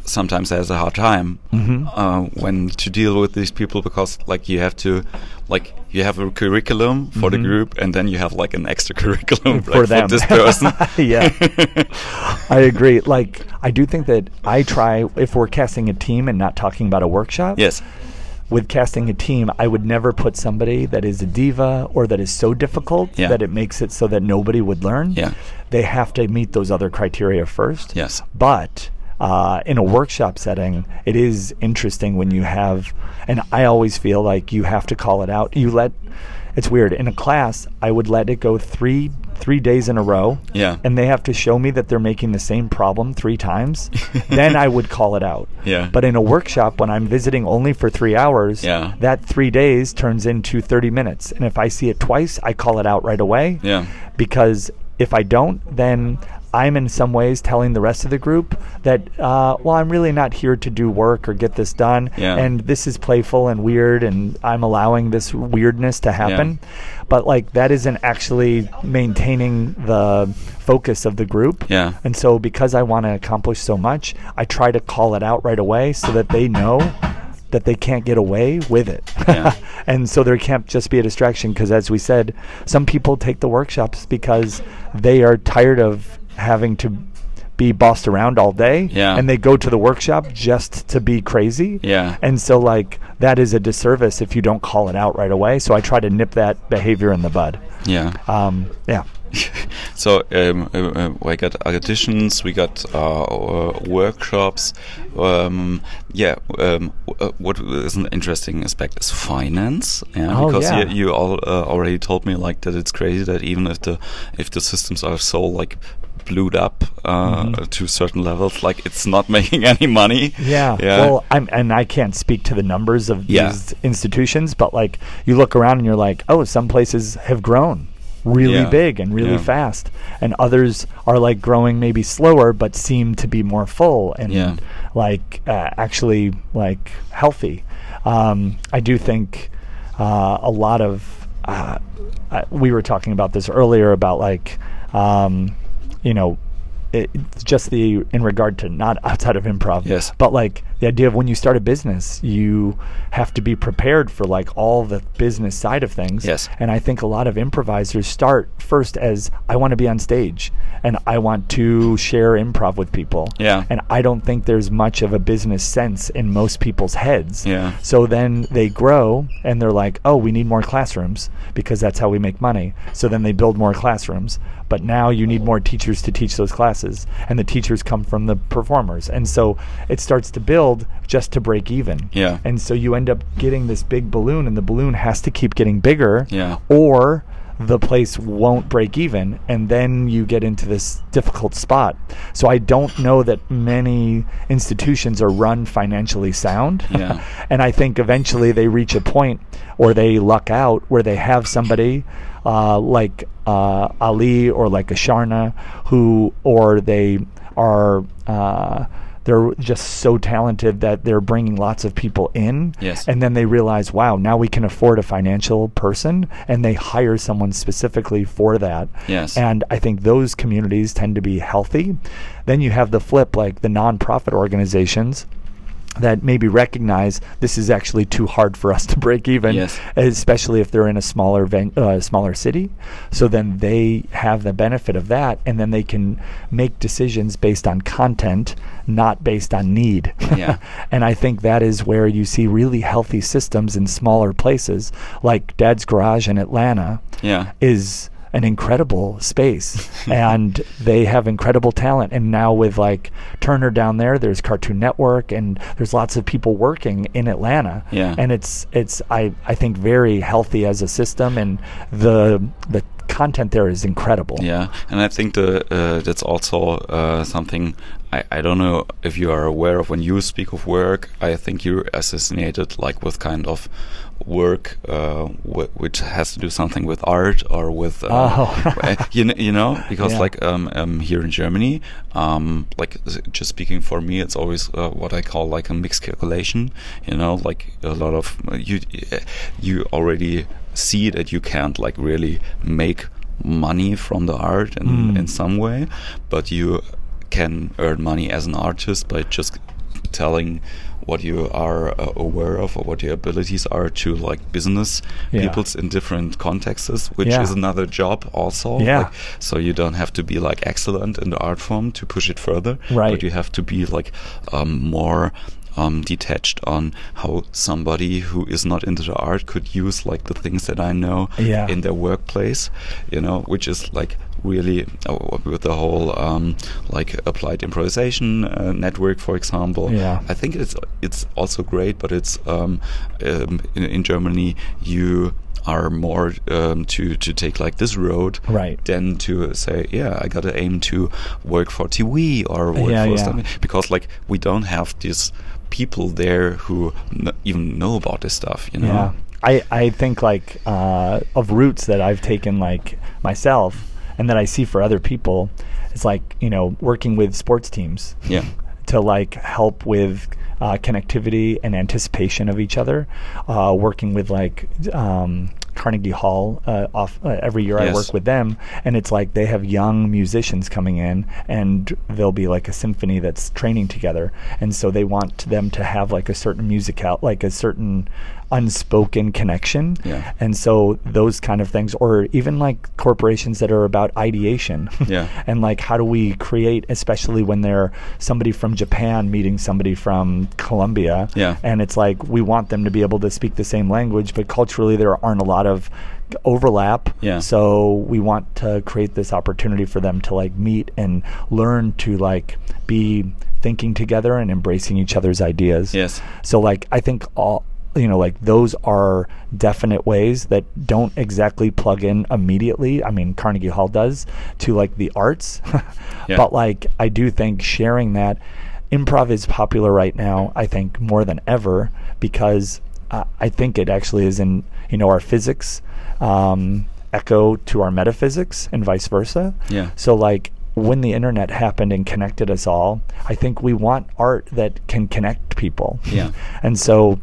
sometimes has a hard time
Mm-hmm.
uh, when to deal with these people because like you have to like you have a curriculum for the group and then you have like an extra curriculum
Mm-hmm. For
like,
them.
for this person
Yeah. I agree. Like, I do think that I try, if we're casting a team and not talking about a workshop,
yes
with casting a team, I would never put somebody that is a diva or that is so difficult
Yeah.
that it makes it so that nobody would learn.
Yeah.
They have to meet those other criteria first.
Yes.
But uh, in a workshop setting, it is interesting when you have, and I always feel like you have to call it out. You let, it's weird. In a class, I would let it go three three days in a row.
Yeah.
And they have to show me that they're making the same problem three times. then I would call it out.
Yeah.
But in a workshop, when I'm visiting only for three hours,
Yeah.
that three days turns into 30 minutes. And if I see it twice, I call it out right away
yeah
because if I don't, then I'm in some ways telling the rest of the group that, uh, well, I'm really not here to do work or get this done.
Yeah.
And this is playful and weird, and I'm allowing this weirdness to happen. But, like, that isn't actually maintaining the focus of the group.
Yeah.
And so, because I want to accomplish so much, I try to call it out right away so that they know that they can't get away with it.
Yeah.
and so there can't just be a distraction because, as we said, some people take the workshops because they are tired of having to be bossed around all day.
Yeah.
And they go to the workshop just to be crazy.
Yeah.
And so, like, that is a disservice if you don't call it out right away. So I try to nip that behavior in the bud.
Yeah.
Um, yeah.
So um, uh, uh, we got auditions, we got uh, uh, workshops. Um, yeah, um, w- uh, what is an interesting aspect is finance. Yeah,
Oh,
because
yeah.
You, you all uh, already told me like that it's crazy that even if the if the systems are so like blued up uh,
Mm-hmm.
to certain levels, like it's not making any money.
Yeah.
Yeah.
Well, I'm, and I can't speak to the numbers of
Yeah.
these institutions, but like you look around and you're like, oh, some places have grown really
Yeah.
big and really
Yeah.
fast, and others are like growing maybe slower but seem to be more full and
Yeah.
like uh, actually like healthy. Um, I do think uh, a lot of uh, I, we were talking about this earlier about like um, you know it, it's just the in regard to not outside of improv
Yes.
but like the idea of when you start a business you have to be prepared for like all the business side of things
Yes.
and i think a lot of improvisers start first as i want to be on stage and i want to share improv with people
Yeah.
and i don't think there's much of a business sense in most people's heads
Yeah.
so then they grow and they're like, oh, we need more classrooms because that's how we make money. So then they build more classrooms. But now you need more teachers to teach those classes. And the teachers come from the performers. And so it starts to build just to break even.
Yeah.
And so you end up getting this big balloon, and the balloon has to keep getting bigger.
Yeah.
Or the place won't break even, and then you get into this difficult spot. So I don't know that many institutions are run financially sound.
Yeah.
and I think eventually they reach a point or they luck out where they have somebody uh, like uh, Ali or like Asharna who, or they are. Uh, they're just so talented that they're bringing lots of people in.
Yes.
And then they realize, wow, now we can afford a financial person, and they hire someone specifically for that.
Yes.
And I think those communities tend to be healthy. Then you have the flip, like the nonprofit organizations that maybe recognize this is actually too hard for us to break even,
Yes.
especially if they're in a smaller ven- uh, smaller city. So then they have the benefit of that, and then they can make decisions based on content, not based on need.
Yeah.
and I think that is where you see really healthy systems in smaller places, like Dad's Garage in Atlanta
Yeah.
is an incredible space and they have incredible talent and now with like Turner down there there's Cartoon Network and there's lots of people working in Atlanta
Yeah.
and it's it's I I think very healthy as a system and the the content there is incredible
Yeah, and I think the uh, that's also uh, something I, I don't know if you are aware of when you speak of work. I think you're associated like with kind of work uh, w- which has to do something with art or with uh,
Oh.
you know, you know because
Yeah.
like um, um, here in Germany, um, like s- just speaking for me, it's always uh, what I call like a mixed calculation. You know, like a lot of uh, you you already see that you can't like really make money from the art in,
Mm.
in some way, but you can earn money as an artist by just telling what you are uh, aware of or what your abilities are to like business
Yeah.
peoples in different contexts which
Yeah.
is another job also
Yeah.
like, so you don't have to be like excellent in the art form to push it further
Right.
but you have to be like um, more um, detached on how somebody who is not into the art could use like the things that I know
Yeah.
in their workplace, you know, which is like really oh, with the whole um, like applied improvisation uh, network, for example.
Yeah.
I think it's it's also great, but it's um, um, in, in Germany you are more um, to to take like this road
Right.
than to say yeah I gotta aim to work for TV or work
Yeah,
for
yeah.
something because like we don't have these people there who n- even know about this stuff you know
Yeah. I, I think like uh, of routes that I've taken like myself and that I see for other people, it's like you know working with sports teams
Yeah.
to like help with uh, connectivity and anticipation of each other. Uh, working with like um, Carnegie Hall, uh, off uh, every year I
Yes.
work with them, and it's like they have young musicians coming in, and there'll be like a symphony that's training together, and so they want them to have like a certain music out, like a certain unspoken connection,
Yeah.
and so those kind of things, or even like corporations that are about ideation,
Yeah.
and like how do we create especially when they're somebody from japan meeting somebody from colombia
Yeah.
and it's like we want them to be able to speak the same language but culturally there aren't a lot of overlap
Yeah.
so we want to create this opportunity for them to like meet and learn to like be thinking together and embracing each other's ideas
Yes.
so like I think all you know like those are definite ways that don't exactly plug in immediately. I mean Carnegie Hall does to like the arts.
Yeah.
But like I do think sharing that improv is popular right now, I think more than ever because uh, I think it actually is in you know our physics um echo to our metaphysics and vice versa.
Yeah.
So like when the internet happened and connected us all, I think we want art that can connect people.
Yeah.
and so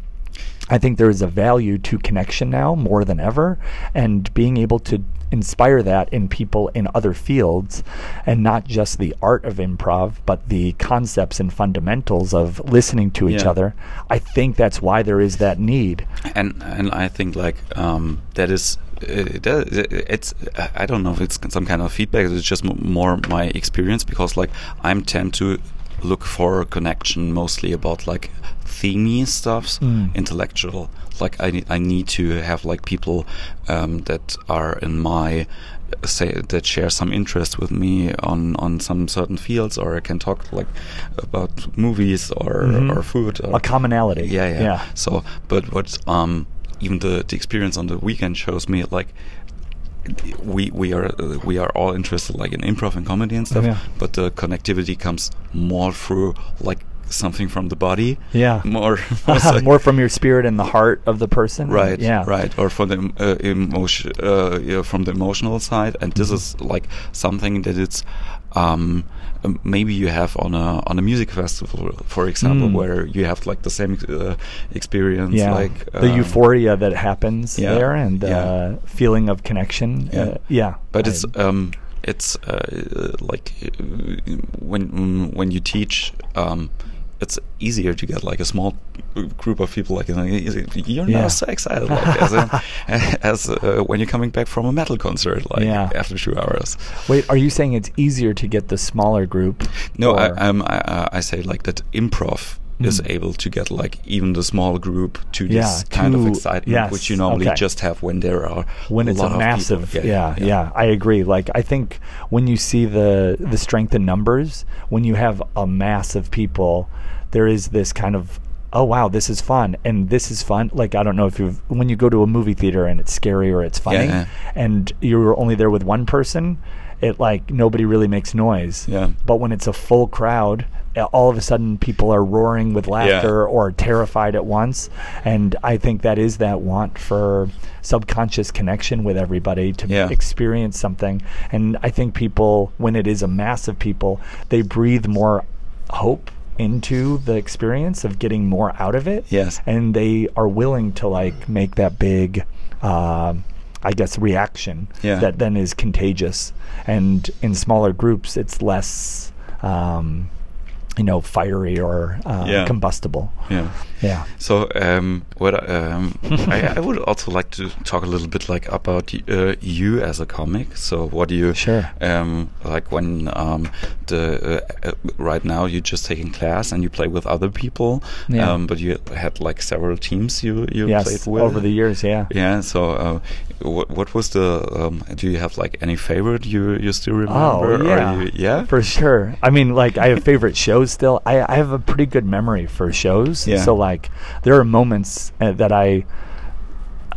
I think there is a value to connection now more than ever and being able to inspire that in people in other fields and not just the art of improv but the concepts and fundamentals of listening to each
Yeah.
other. I think that's why there is that need.
and and I think like um, that is uh, that, it's I don't know if it's some kind of feedback. It's just m- more my experience because like I'm tend to look for connection mostly about like themey stuffs,
Mm.
intellectual. Like I need- I need to have like people um, that are in my say that share some interest with me on on some certain fields or I can talk like about movies or
Mhm.
or food or
A commonality.
yeah, yeah.
Yeah.
So, but what um, even the, the experience on the weekend shows me like we we are uh, we are all interested like in improv and comedy and stuff,
Yeah.
but the connectivity comes more through like something from the body.
Yeah.
More more, so-
more from your spirit and the heart of the person.
Right.
Yeah.
Right. Or from the em- uh, emotion, uh, yeah, from the emotional side, and this is
Mm-hmm.
like something that it's um, um, maybe you have on a on a music festival, for example,
Mm.
where you have like the same uh, experience,
yeah,
like
the
um,
euphoria that happens
yeah,
there and the
yeah.
feeling of connection.
Yeah.
uh, yeah.
But
I-
it's um, it's uh, like uh, when when you teach um. It's easier to get like a small group of people like you're
Yeah.
now so excited like, as, a, as uh, when you're coming back from a metal concert like
Yeah.
after two hours.
wait, are you saying it's easier to get the smaller group?
No, I,
or-
um, I I- I say like that improv is
Mm.
able to get like even the small group to
Yeah,
this kind of
to-
excitement
yes,
which you normally
okay.
just have when there are
when it's a
lot of people.
massive yeah, yeah i agree like i think when you see the the strength in numbers when you have a mass of people there is this kind of oh wow this is fun and this is fun like i don't know if you've when you go to a movie theater and it's scary or it's funny
yeah.
and you're only there with one person it like nobody really makes noise
Yeah.
but when it's a full crowd uh, all of a sudden people are roaring with laughter or terrified at once. And I think that is that want for subconscious connection with everybody to
Yeah.
experience something. And I think people, when it is a mass of people, they breathe more hope into the experience of getting more out of it.
Yes.
And they are willing to like make that big, um I guess, reaction
Yeah.
that then is contagious. And in smaller groups, it's less. Um, you know, fiery or uh,
Yeah.
combustible.
yeah.
Yeah.
So, um, what um, I, I would also like to talk a little bit like about uh, you as a comic. So, what do you
Sure.
um, like when um, the uh, uh, right now you're just taking class and you play with other people,
Yeah.
um, but you had like several teams you you
Yes.
played with
Over the years, yeah.
Yeah. So, uh, what what was the? Um, do you have like any favorite you you still remember?
Oh
Or
yeah,
you- yeah.
for sure. I mean, like I have favorite shows still. I I have a pretty good memory for shows.
Yeah.
So like there are moments uh, that I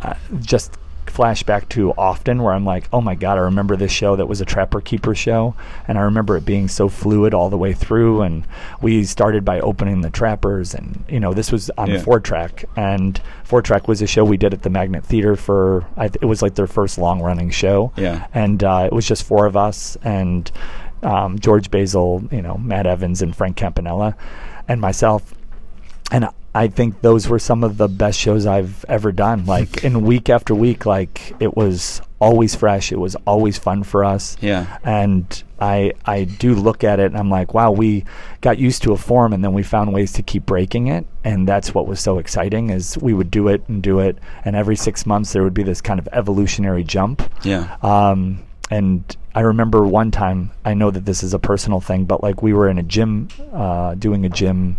uh, just flash back to often where I'm like, oh my God, I remember this show that was a Trapper Keeper show. And I remember it being so fluid all the way through. And we started by opening the Trappers. And, you know, this was on
Yeah.
four track. And four track was a show we did at the Magnet Theater for, I, th- it was like their first long running show.
Yeah.
And uh, it was just four of us and um, George Basil, you know, Matt Evans and Frank Campanella and myself and I think those were some of the best shows I've ever done. Like in week after week, like it was always fresh. It was always fun for us.
Yeah.
And I I do look at it and I'm like, wow, we got used to a form and then we found ways to keep breaking it. And that's what was so exciting is we would do it and do it and every six months there would be this kind of evolutionary jump.
Yeah.
Um, and I remember one time, I know that this is a personal thing, but like we were in a gym, uh, doing a gym,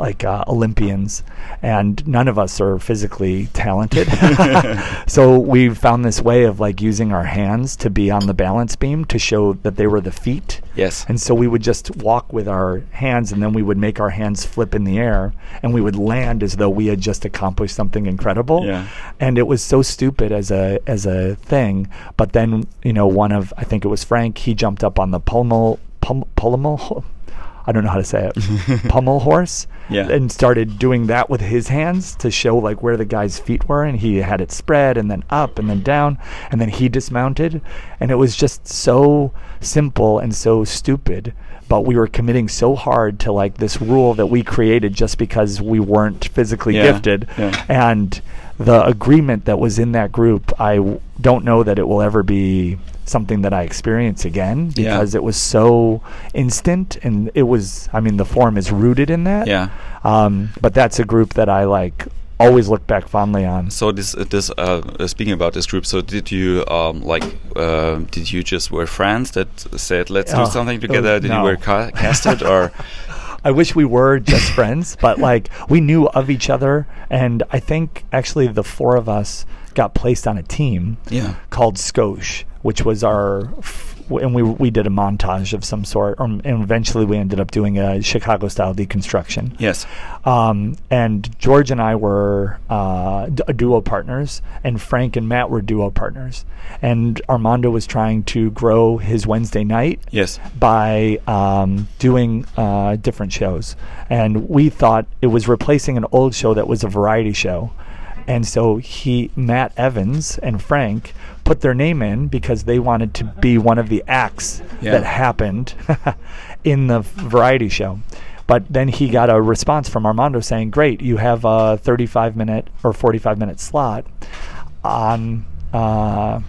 like uh, Olympians, and none of us are physically talented. so we found this way of like using our hands to be on the balance beam to show that they were the feet.
Yes.
And so we would just walk with our hands and then we would make our hands flip in the air and we would land as though we had just accomplished something incredible.
Yeah.
And it was so stupid as a as a thing, but then, you know, one of I think it was Frank, he jumped up on the pommel pom, pommel I don't know how to say it. pommel horse
Yeah.
and started doing that with his hands to show like where the guy's feet were and he had it spread and then up and then down and then he dismounted and it was just so simple and so stupid but we were committing so hard to like this rule that we created just because we weren't physically
Yeah,
gifted
yeah.
and the agreement that was in that group I w- don't know that it will ever be something that I experience again
Yeah.
because it was so instant and it was I mean the form is rooted in that
Yeah.
um, but that's a group that I like always look back fondly on.
So this uh, this uh, uh, speaking about this group. So did you um, like uh, did you just were friends that said let's
Oh,
do something
it
together?
was-
did
no.
you were ca- casted or
I wish we were just friends, but like we knew of each other, and I think actually the four of us got placed on a team
Yeah.
called Scosh, which was our, f- and we we did a montage of some sort, um, and eventually we ended up doing a Chicago style deconstruction.
yes?
Um, and George and I were uh, d- duo partners, and Frank and Matt were duo partners. And Armando was trying to grow his Wednesday night
Yes.
by um, doing uh, different shows. And we thought it was replacing an old show that was a variety show. And so he, Matt Evans and Frank, put their name in because they wanted to be one of the acts
Yeah.
that happened in the variety show. But then he got a response from Armando saying, "Great, you have a 35 minute or 45 minute slot on uh,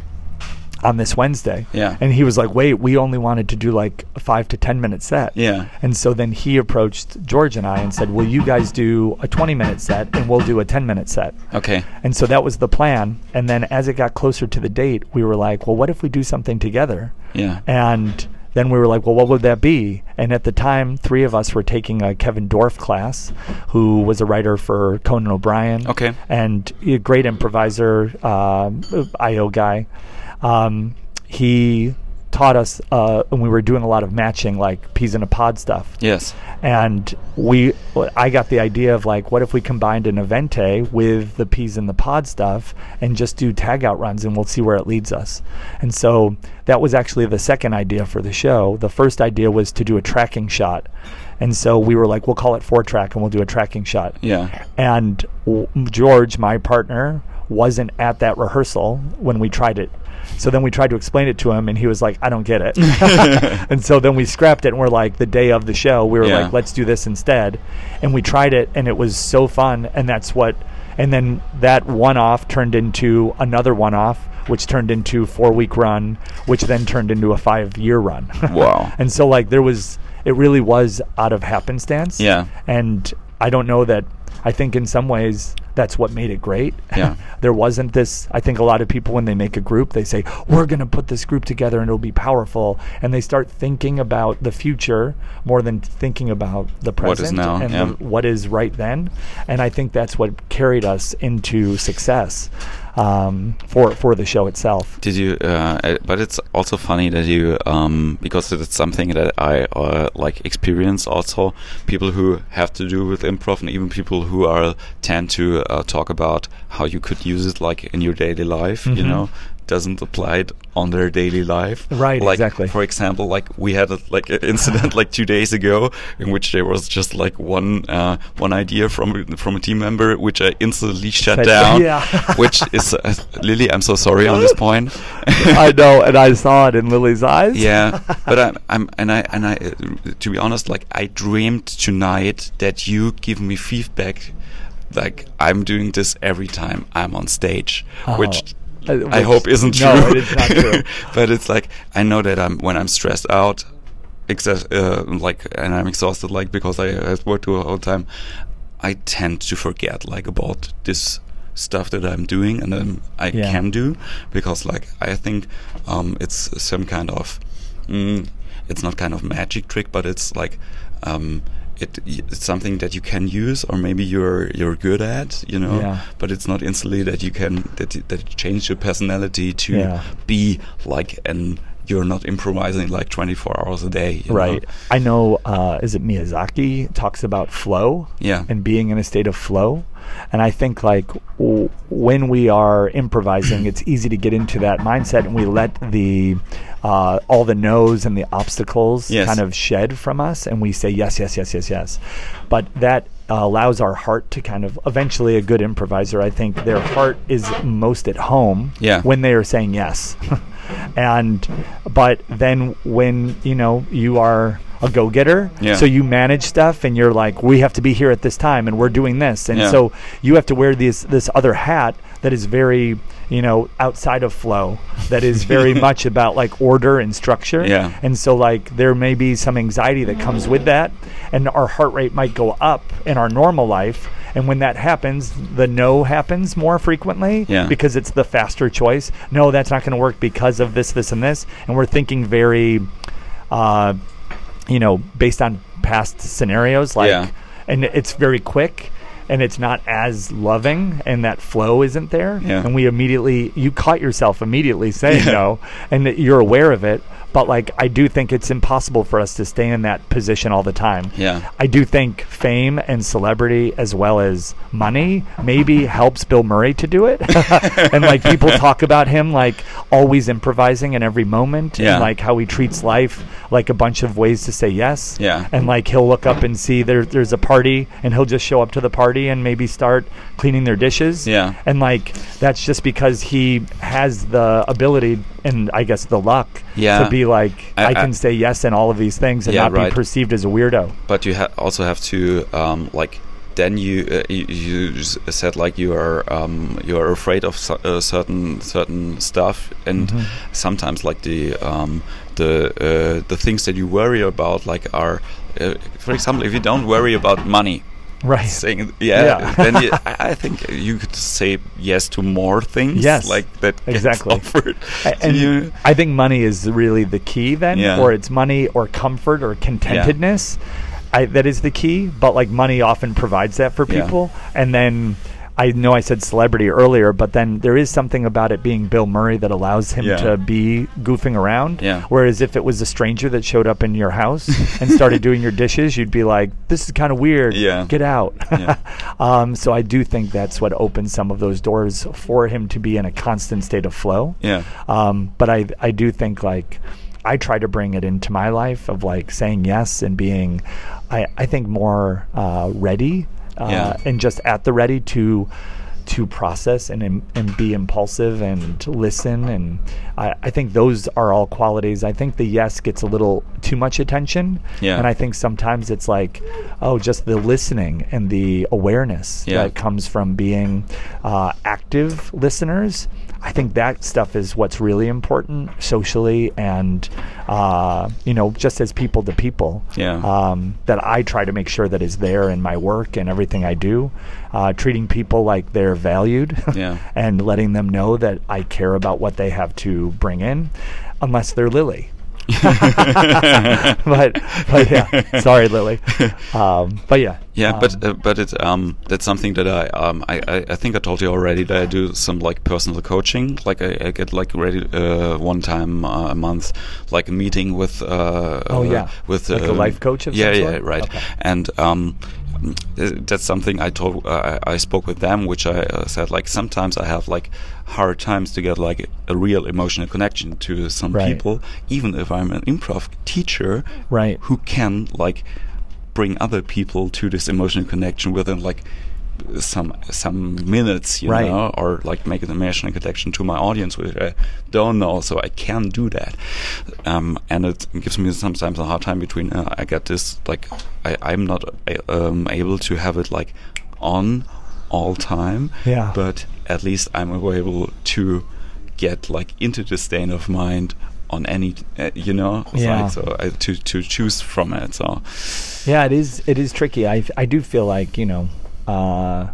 on this Wednesday."
Yeah.
And he was like, "Wait, we only wanted to do like a five to 10 minute set."
Yeah.
And so then he approached George and I and said, "Will you guys do a 20 minute set and we'll do a 10 minute set?"
Okay.
And so that was the plan. And then as it got closer to the date, we were like, well, what if we do something together?
Yeah.
And then we were like, well, what would that be? And at the time, three of us were taking a Kevin Dorff class, who was a writer for Conan O'Brien.
Okay.
And a great improviser, um, IO guy. Um, he taught us, uh, and we were doing a lot of matching, like peas in a pod stuff
Yes.
and we I got the idea of like what if we combined an Avente with the peas in the pod stuff and just do tag out runs and we'll see where it leads us. And so that was actually the second idea for the show. The first idea was to do a tracking shot. And so we were like we'll call it four track and we'll do a tracking shot.
Yeah.
And w- George, my partner, wasn't at that rehearsal when we tried it. So then we tried to explain it to him, and he was like, I don't get it. and so then we scrapped it, and we're like, the day of the show, we were
Yeah.
like, let's do this instead. And we tried it, and it was so fun. And that's what, and then that one off turned into another one off, which turned into four week run, which then turned into a five year run.
Wow.
and so, like, there was, it really was out of happenstance.
Yeah.
And I don't know that I think in some ways that's what made it great.
Yeah.
there wasn't this I think a lot of people when they make a group they say we're going to put this group together and it'll be powerful and they start thinking about the future more than thinking about the
What is
present
now,
and
yeah.
the, what is right then. And I think that's what carried us into success. um, for for the show itself.
Did you? Uh, uh, but it's also funny that you, um, because it's something that I uh, like experience also. People who have to do with improv, and even people who are tend to uh, talk about how you could use it like in your daily life. You
Mhm.
know, doesn't apply it on their daily life.
Right,
Like,
exactly.
For example, like we had a, like an incident like two days ago in which there was just like one uh, one idea from from a team member which I instantly shut,
Shut
down.
down. Yeah.
which is uh, Lily. I'm so sorry on this point.
I know, and I saw it in Lily's eyes.
Yeah, but I'm, I'm and I and I uh, to be honest, like I dreamed tonight that you give me feedback. Like I'm doing this every time I'm on stage,
Oh.
which.
Uh,
I
which-
hope isn't true.
no, it is not true.
but it's like I know that I'm when I'm stressed out, except uh, like and I'm exhausted, like because I have worked the whole time. I tend to forget like about this stuff that I'm doing and then I
Yeah.
can do because like I think um, it's some kind of mm, it's not kind of magic trick, but it's like um, it, it's something that you can use or maybe you're you're good at, you know.
Yeah.
But it's not instantly that you can that it- that it change your personality to
Yeah.
be like and you're not improvising like 24 hours a day, you know?
Right. I know, uh, is it Miyazaki talks about flow
Yeah.
and being in a state of flow. And I think, like, w- when we are improvising, it's easy to get into that mindset and we let the uh, all the no's and the obstacles
Yes.
kind of shed from us and we say yes, yes, yes, yes, yes. But that uh, allows our heart to kind of eventually a good improviser, I think their heart is most at home
Yeah.
when they are saying yes. and but then when you know you are a go-getter,
Yeah.
so you manage stuff and you're like we have to be here at this time and we're doing this and
Yeah.
so you have to wear this this other hat that is very you know outside of flow that is very much about like order and structure
Yeah.
and so like there may be some anxiety that comes with that and our heart rate might go up in our normal life and when that happens the no happens more frequently
Yeah.
because it's the faster choice. No, that's not going to work because of this, this, and this. And we're thinking very, uh, you know, based on past scenarios. Like,
Yeah.
and it's very quick, and it's not as loving, and that flow isn't there.
Yeah.
And we immediately, you caught yourself immediately saying
Yeah.
no, and that you're aware of it. But like, I do think it's impossible for us to stay in that position all the time.
Yeah.
I do think fame and celebrity as well as money maybe helps Bill Murray to do it. and like people talk about him like always improvising in every moment
Yeah.
and like how he treats life like a bunch of ways to say yes.
Yeah.
And like he'll look up and see there there's a party and he'll just show up to the party and maybe start cleaning their dishes.
Yeah.
And like that's just because he has the ability and I guess the luck
Yeah.
to be like I,
I- I-
can say yes in all of these things and
Yeah,
not
right.
be perceived as a weirdo.
but you ha- also have to um, like then you, uh, you you s- said like you are um, you are afraid of so- uh, certain certain stuff and
Mhm.
sometimes like the um, the uh, the things that you worry about like are uh, for example if you don't worry about money
Right.
saying yeah,
Yeah.
then you, I I think you could say yes to more things
Yes,
like that gets
exactly.
offered
A-
to
and
you.
I think money is really the key then,
Yeah.
or it's money or comfort or contentedness. I, that is the key, but like money often provides that for
Yeah.
people. And then I know I said celebrity earlier, but then there is something about it being Bill Murray that allows him
Yeah.
to be goofing around.
Yeah.
Whereas if it was a stranger that showed up in your house and started doing your dishes, you'd be like, this is kind of weird.
Yeah.
Get out.
Yeah.
um, so I do think that's what opens some of those doors for him to be in a constant state of flow.
Yeah.
Um, but I, I do think like I try to bring it into my life of like saying yes and being, I, I think more uh, ready uh,
Yeah.
and just at the ready to to process and im- and be impulsive and to listen and I, I think those are all qualities. I think the yes gets a little too much attention.
Yeah.
And I think sometimes it's like, oh, just the listening and the awareness
Yeah.
that comes from being uh, active listeners. I think that stuff is what's really important socially and, uh, you know, just as people to people.
Yeah.
Um, that I try to make sure that is there in my work and everything I do. Uh, treating people like they're valued
Yeah.
and letting them know that I care about what they have to bring in, unless they're Lily. but but yeah, sorry, Lily. Um, but yeah,
Yeah,
um,
but uh, but it um that's something that I um I, I, I think I told you already that I do some like personal coaching. Like I, I get like ready uh, one time uh, a month, like a meeting with uh
Oh,
uh,
yeah.
with
Like a
um,
life coach of
yeah
some
yeah
sort?
right
Okay.
and um mm, uh, that's something I told uh, I I spoke with them, which I uh, said like sometimes I have like hard times to get like a real emotional connection to some
Right.
people, even if I'm an improv teacher
Right.
who can like bring other people to this emotional connection within like some some minutes you
Right.
know or like make an emotional connection to my audience which i don't know so i can do that um and it gives me sometimes a hard time between uh, i get this like i i'm not uh, um, able to have it like on all time
Yeah.
but at least i'm able to get like into the state of mind on any uh, you know it's
Yeah.
like, so I, to to choose from it. So
Yeah, it is. It is tricky. I I do feel like you know. Uh,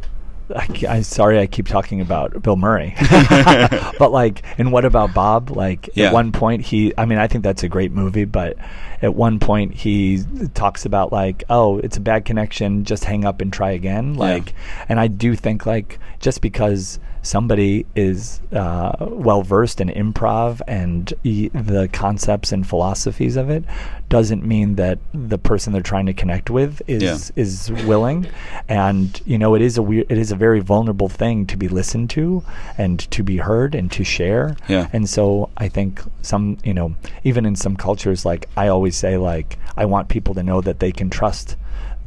I, ke- I'm sorry, I keep talking about Bill Murray, but like, and what about Bob? Like,
Yeah.
at one point he, I mean, I think that's a great movie, but at one point he talks about like, oh, it's a bad connection, just hang up and try again. Like, and I do think like just because somebody is uh, well versed in improv and e- the concepts and philosophies of it doesn't mean that the person they're trying to connect with is
Yeah.
is willing and you know it is a weird it is a very vulnerable thing to be listened to and to be heard and to share
Yeah.
and so i think some you know even in some cultures like i always say like i want people to know that they can trust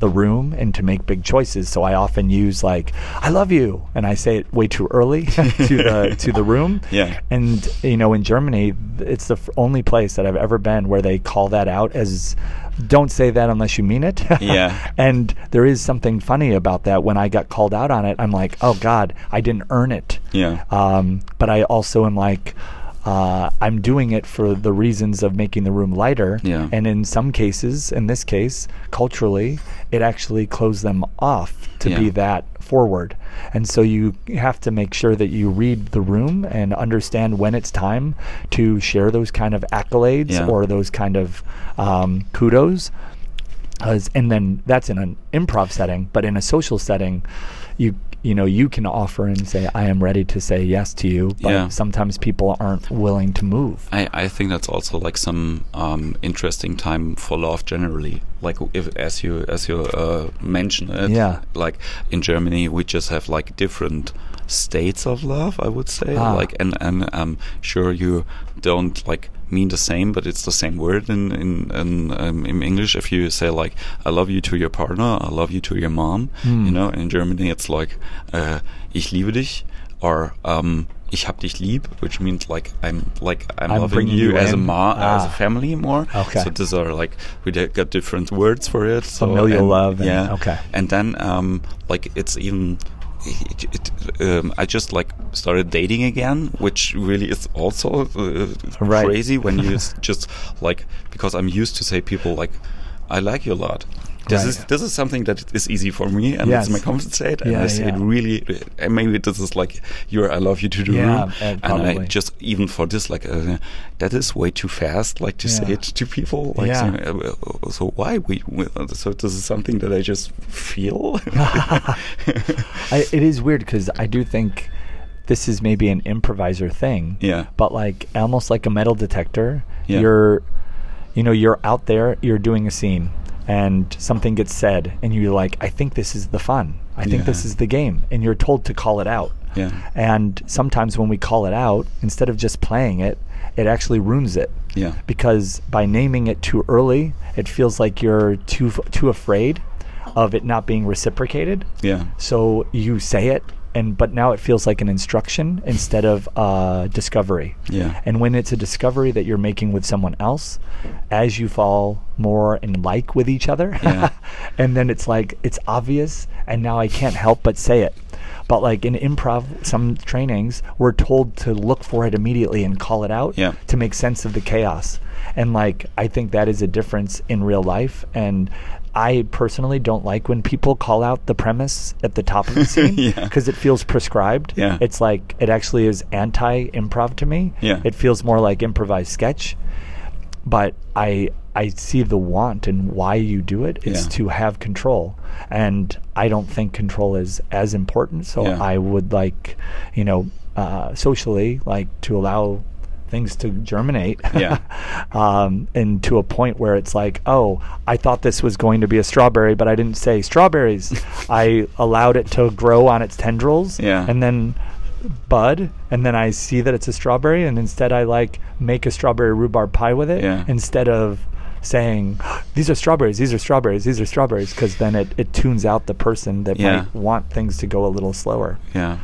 the room and to make big choices so i often use like i love you and i say it way too early to the to the room
Yeah.
and you know in germany it's the f- only place that i've ever been where they call that out as don't say that unless you mean it
Yeah.
and there is something funny about that. When I got called out on it, I'm like, oh God, I didn't earn it.
yeah,
Um, but I also am like, uh, I'm doing it for the reasons of making the room lighter.
Yeah.
And in some cases, in this case, culturally, it actually closed them off to
Yeah.
be that forward. And so you have to make sure that you read the room and understand when it's time to share those kind of accolades
Yeah.
or those kind of um, kudos. As- and then that's in an improv setting, but in a social setting, you you know you can offer and say I am ready to say yes to you, but
Yeah.
sometimes people aren't willing to move.
I I think that's also like some um, interesting time for love generally. Like if as you as you uh, mentioned it,
Yeah.
Like in Germany, we just have like different states of love. I would say
Ah.
like and and um sure you don't like mean the same but it's the same word in in in, um, in english if you say like i love you to your partner i love you to your mom
Hmm.
you know in germany it's like uh, ich liebe dich or um ich hab dich lieb which means like i'm like i'm,
I'm
loving
bringing
you,
you
as a
in.
ma as a
Ah.
family more
Okay.
so these are like we d- got different words for it so
Familial
and-
love and-
yeah
okay.
and then um, like it's even it, it, um, I just like started dating again, which really is also uh,
Right.
crazy when you s- just like because I'm used to say people like I like you a lot. This
Right.
is this is something that is easy for me and
Yes.
it's my comfort state and
Yeah,
I say it
yeah.
really and maybe this is like your I love you to do
Yeah,
room
uh,
and I
probably.
just even for this like uh, that is way too fast like to say
Yeah.
it to people like
Yeah.
so, uh, uh, so why we, we uh, so this is something that I just feel.
I, it is weird because I do think this is maybe an improviser thing.
Yeah.
But like almost like a metal detector,
Yeah.
you're, you know, you're out there, you're doing a scene, and something gets said, and you're like, I think this is the fun. I think this
Yeah.
is the game, and you're told to call it out.
Yeah.
And sometimes when we call it out, instead of just playing it, it actually ruins it
yeah.
because by naming it too early, it feels like you're too too afraid of it not being reciprocated.
Yeah.
So you say it, and but now it feels like an instruction instead of uh, discovery.
Yeah.
And when it's a discovery that you're making with someone else, as you fall more in like with each other,
Yeah.
and then it's like it's obvious, and now I can't help but say it. But like in improv, some trainings we're told to look for it immediately and call it out
Yeah.
to make sense of the chaos. And like I think that is a difference in real life. And I personally don't like when people call out the premise at the top of the scene
Yeah.
because it feels prescribed.
Yeah.
It's like it actually is anti improv to me.
Yeah.
It feels more like improvised sketch. but I I see the want and why you do it is
Yeah.
to have control, and I don't think control is as important. So
Yeah.
I would like, you know, uh, socially like to allow things to germinate.
Yeah.
um, and to a point where it's like, oh, I thought this was going to be a strawberry, but I didn't say strawberries. I allowed it to grow on its tendrils,
Yeah.
and then bud, and then I see that it's a strawberry, and instead I like make a strawberry rhubarb pie with it
Yeah.
instead of saying these are strawberries, these are strawberries, these are strawberries, because then it, it tunes out the person that
Yeah.
might want things to go a little slower.
Yeah,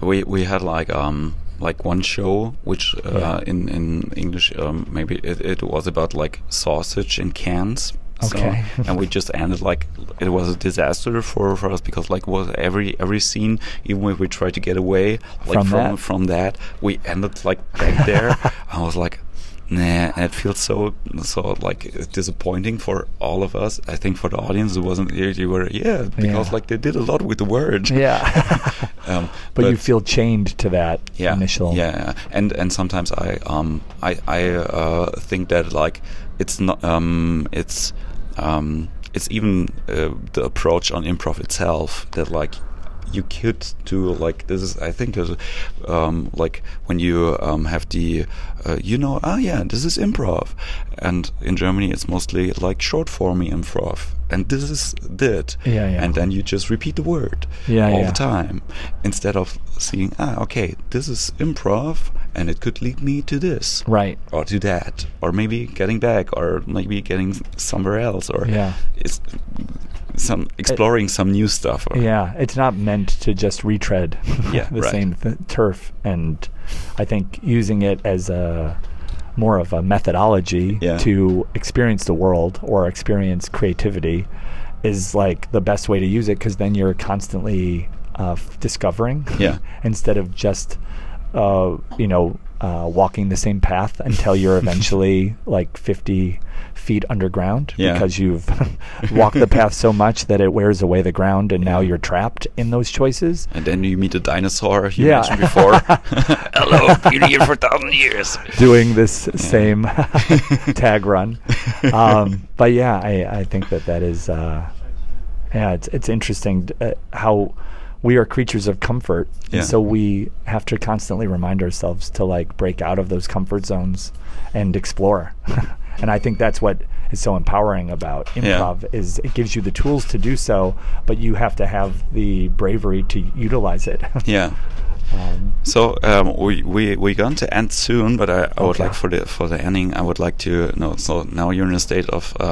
we we had like um like one show which uh,
Yeah.
in in English um, maybe it, it was about like sausage in cans. So-
Okay.
and we just ended like it was a disaster for, for us because like was every every scene even if we tried to get away like
From
from
that?
from that we ended like back there. I was like. Nah, and it feels so so like disappointing for all of us. I think for the audience, it wasn't. You you were yeah, because
Yeah.
like they did a lot with the word.
Yeah.
Um,
but, you feel chained to that
yeah,
initial.
Yeah, yeah. and and sometimes I um I I uh, think that like it's not um it's um it's even uh, the approach on improv itself that like you could do like this is I think is um like when you um have the uh, you know ah yeah this is improv and in Germany it's mostly like short formy improv and this is that
Yeah, yeah.
and then you just repeat the word
Yeah,
all
yeah.
the time instead of seeing ah okay this is improv and it could lead me to this
Right.
or to that or maybe getting back or maybe getting s- somewhere else or
Yeah.
it's some exploring some new stuff or
Yeah, it's not meant to just retread
Yeah,
the
right.
same th- turf, and I think using it as a more of a methodology
Yeah.
to experience the world or experience creativity is like the best way to use it because then you're constantly uh, f- discovering
Yeah.
instead of just uh, you know uh, walking the same path until you're eventually like 50 feet underground
Yeah.
because you've walked the path so much that it wears away the ground and now you're trapped in those choices.
and then you meet a dinosaur you
Yeah.
mentioned before hello been here for thousand years
Doing this same tag run. Um, but yeah, I, I think that that is, uh, yeah, it's, it's interesting uh, how we are creatures of comfort.
Yeah.
And so we have to constantly remind ourselves to like break out of those comfort zones and explore. and I think that's what is so empowering about
Yeah.
improv is it gives you the tools to do so, but you have to have the bravery to utilize it.
yeah
Um,
So um, we we we're going to end soon, but I, I would like for the for the ending, I would like to know. So now you're in a state of uh,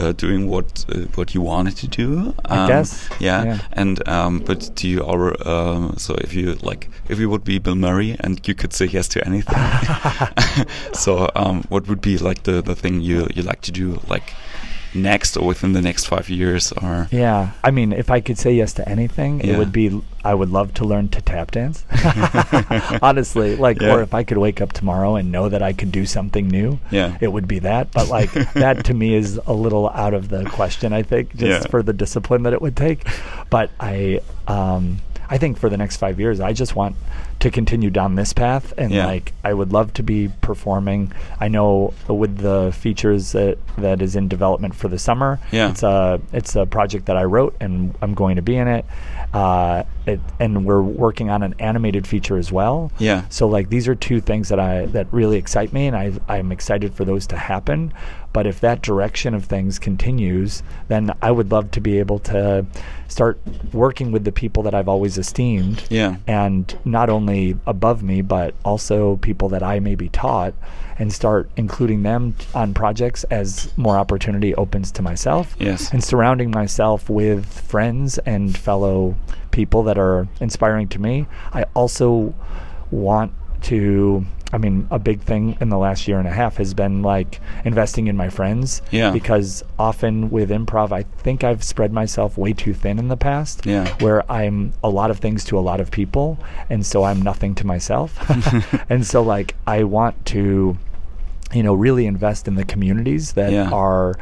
uh, doing what uh, what you wanted to do. Um,
I guess,
Yeah.
yeah.
And um, but do you or um, so if you like if you would be Bill Murray and you could say yes to anything. so um, what would be like the the thing you you like to do like next or within the next five years or
Yeah, I mean, if I could say yes to anything,
Yeah.
it would be I would love to learn to tap dance. Honestly, like,
Yeah.
or if I could wake up tomorrow and know that I could do something new,
Yeah.
it would be that. But like that to me is a little out of the question. I think just
Yeah.
for the discipline that it would take. But I, um, I think for the next five years, I just want to continue down this path and
Yeah.
like I would love to be performing. I know with the features that that is in development for the summer.
Yeah.
It's uh, a it's a project that I wrote and I'm going to be in it. Uh, it and we're working on an animated feature as well.
Yeah.
So like these are two things that I that really excite me and I I'm excited for those to happen. But if that direction of things continues, then I would love to be able to start working with the people that I've always esteemed
yeah
and not only above me, but also people that I may be taught, and start including them t- on projects as more opportunity opens to myself.
Yes.
And surrounding myself with friends and fellow people that are inspiring to me. I also want to. I mean, a big thing in the last year and a half has been like investing in my friends.
Yeah.
Because often with improv, I think I've spread myself way too thin in the past
Yeah.
where I'm a lot of things to a lot of people, and so I'm nothing to myself. and so, like, I want to, you know, really invest in the communities that
Yeah.
are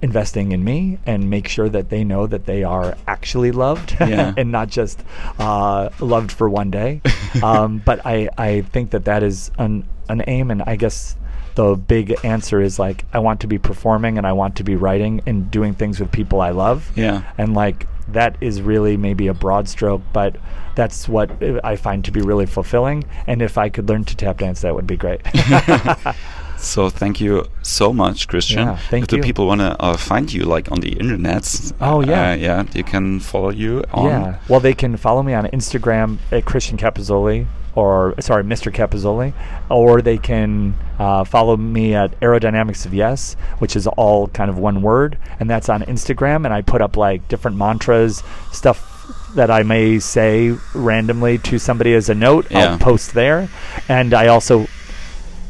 investing in me and make sure that they know that they are actually loved
Yeah.
and not just uh, loved for one day. um, but I, I think that that is an, an aim, and I guess the big answer is like I want to be performing and I want to be writing and doing things with people I love.
Yeah.
And like that is really maybe a broad stroke, but that's what I find to be really fulfilling. And if I could learn to tap dance, that would be great.
So thank you so much, Christian.
Yeah, thank
if the
you.
people want to uh, find you, like on the internet,
Oh, yeah.
uh, yeah, you can follow you on.
Yeah. Well, they can follow me on Instagram at Christian Capizzoli or sorry, Mr. Capizzoli, or they can uh, follow me at Aerodynamics of Yes, which is all kind of one word, and that's on Instagram. And I put up like different mantras, stuff that I may say randomly to somebody as a note.
Yeah.
I'll post there, and I also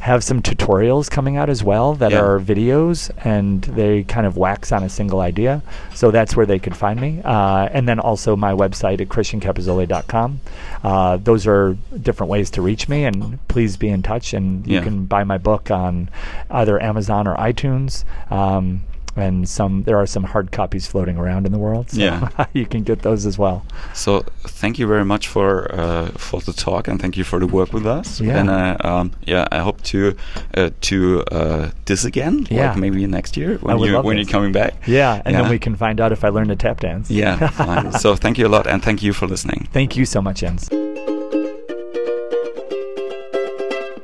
have some tutorials coming out as well that
Yeah.
are videos and they kind of wax on a single idea. So that's where they could find me. Uh, and then also my website at christiancapizzoli.com. Uh, those are different ways to reach me and please be in touch and
Yeah.
you can buy my book on either Amazon or iTunes. Um, and some there are some hard copies floating around in the world. So
Yeah.
you can get those as well.
So thank you very much for uh, for the talk and thank you for the work with us.
Yeah.
And uh, um, yeah, I hope to uh, to uh, this again.
Yeah.
Like maybe next year
I
when
would
you
love
when
this.
you're coming back.
Yeah. And
Yeah.
then we can find out if I learned to tap dance.
Yeah. fine. so thank you a lot and thank you for listening.
Thank you so much, Jens.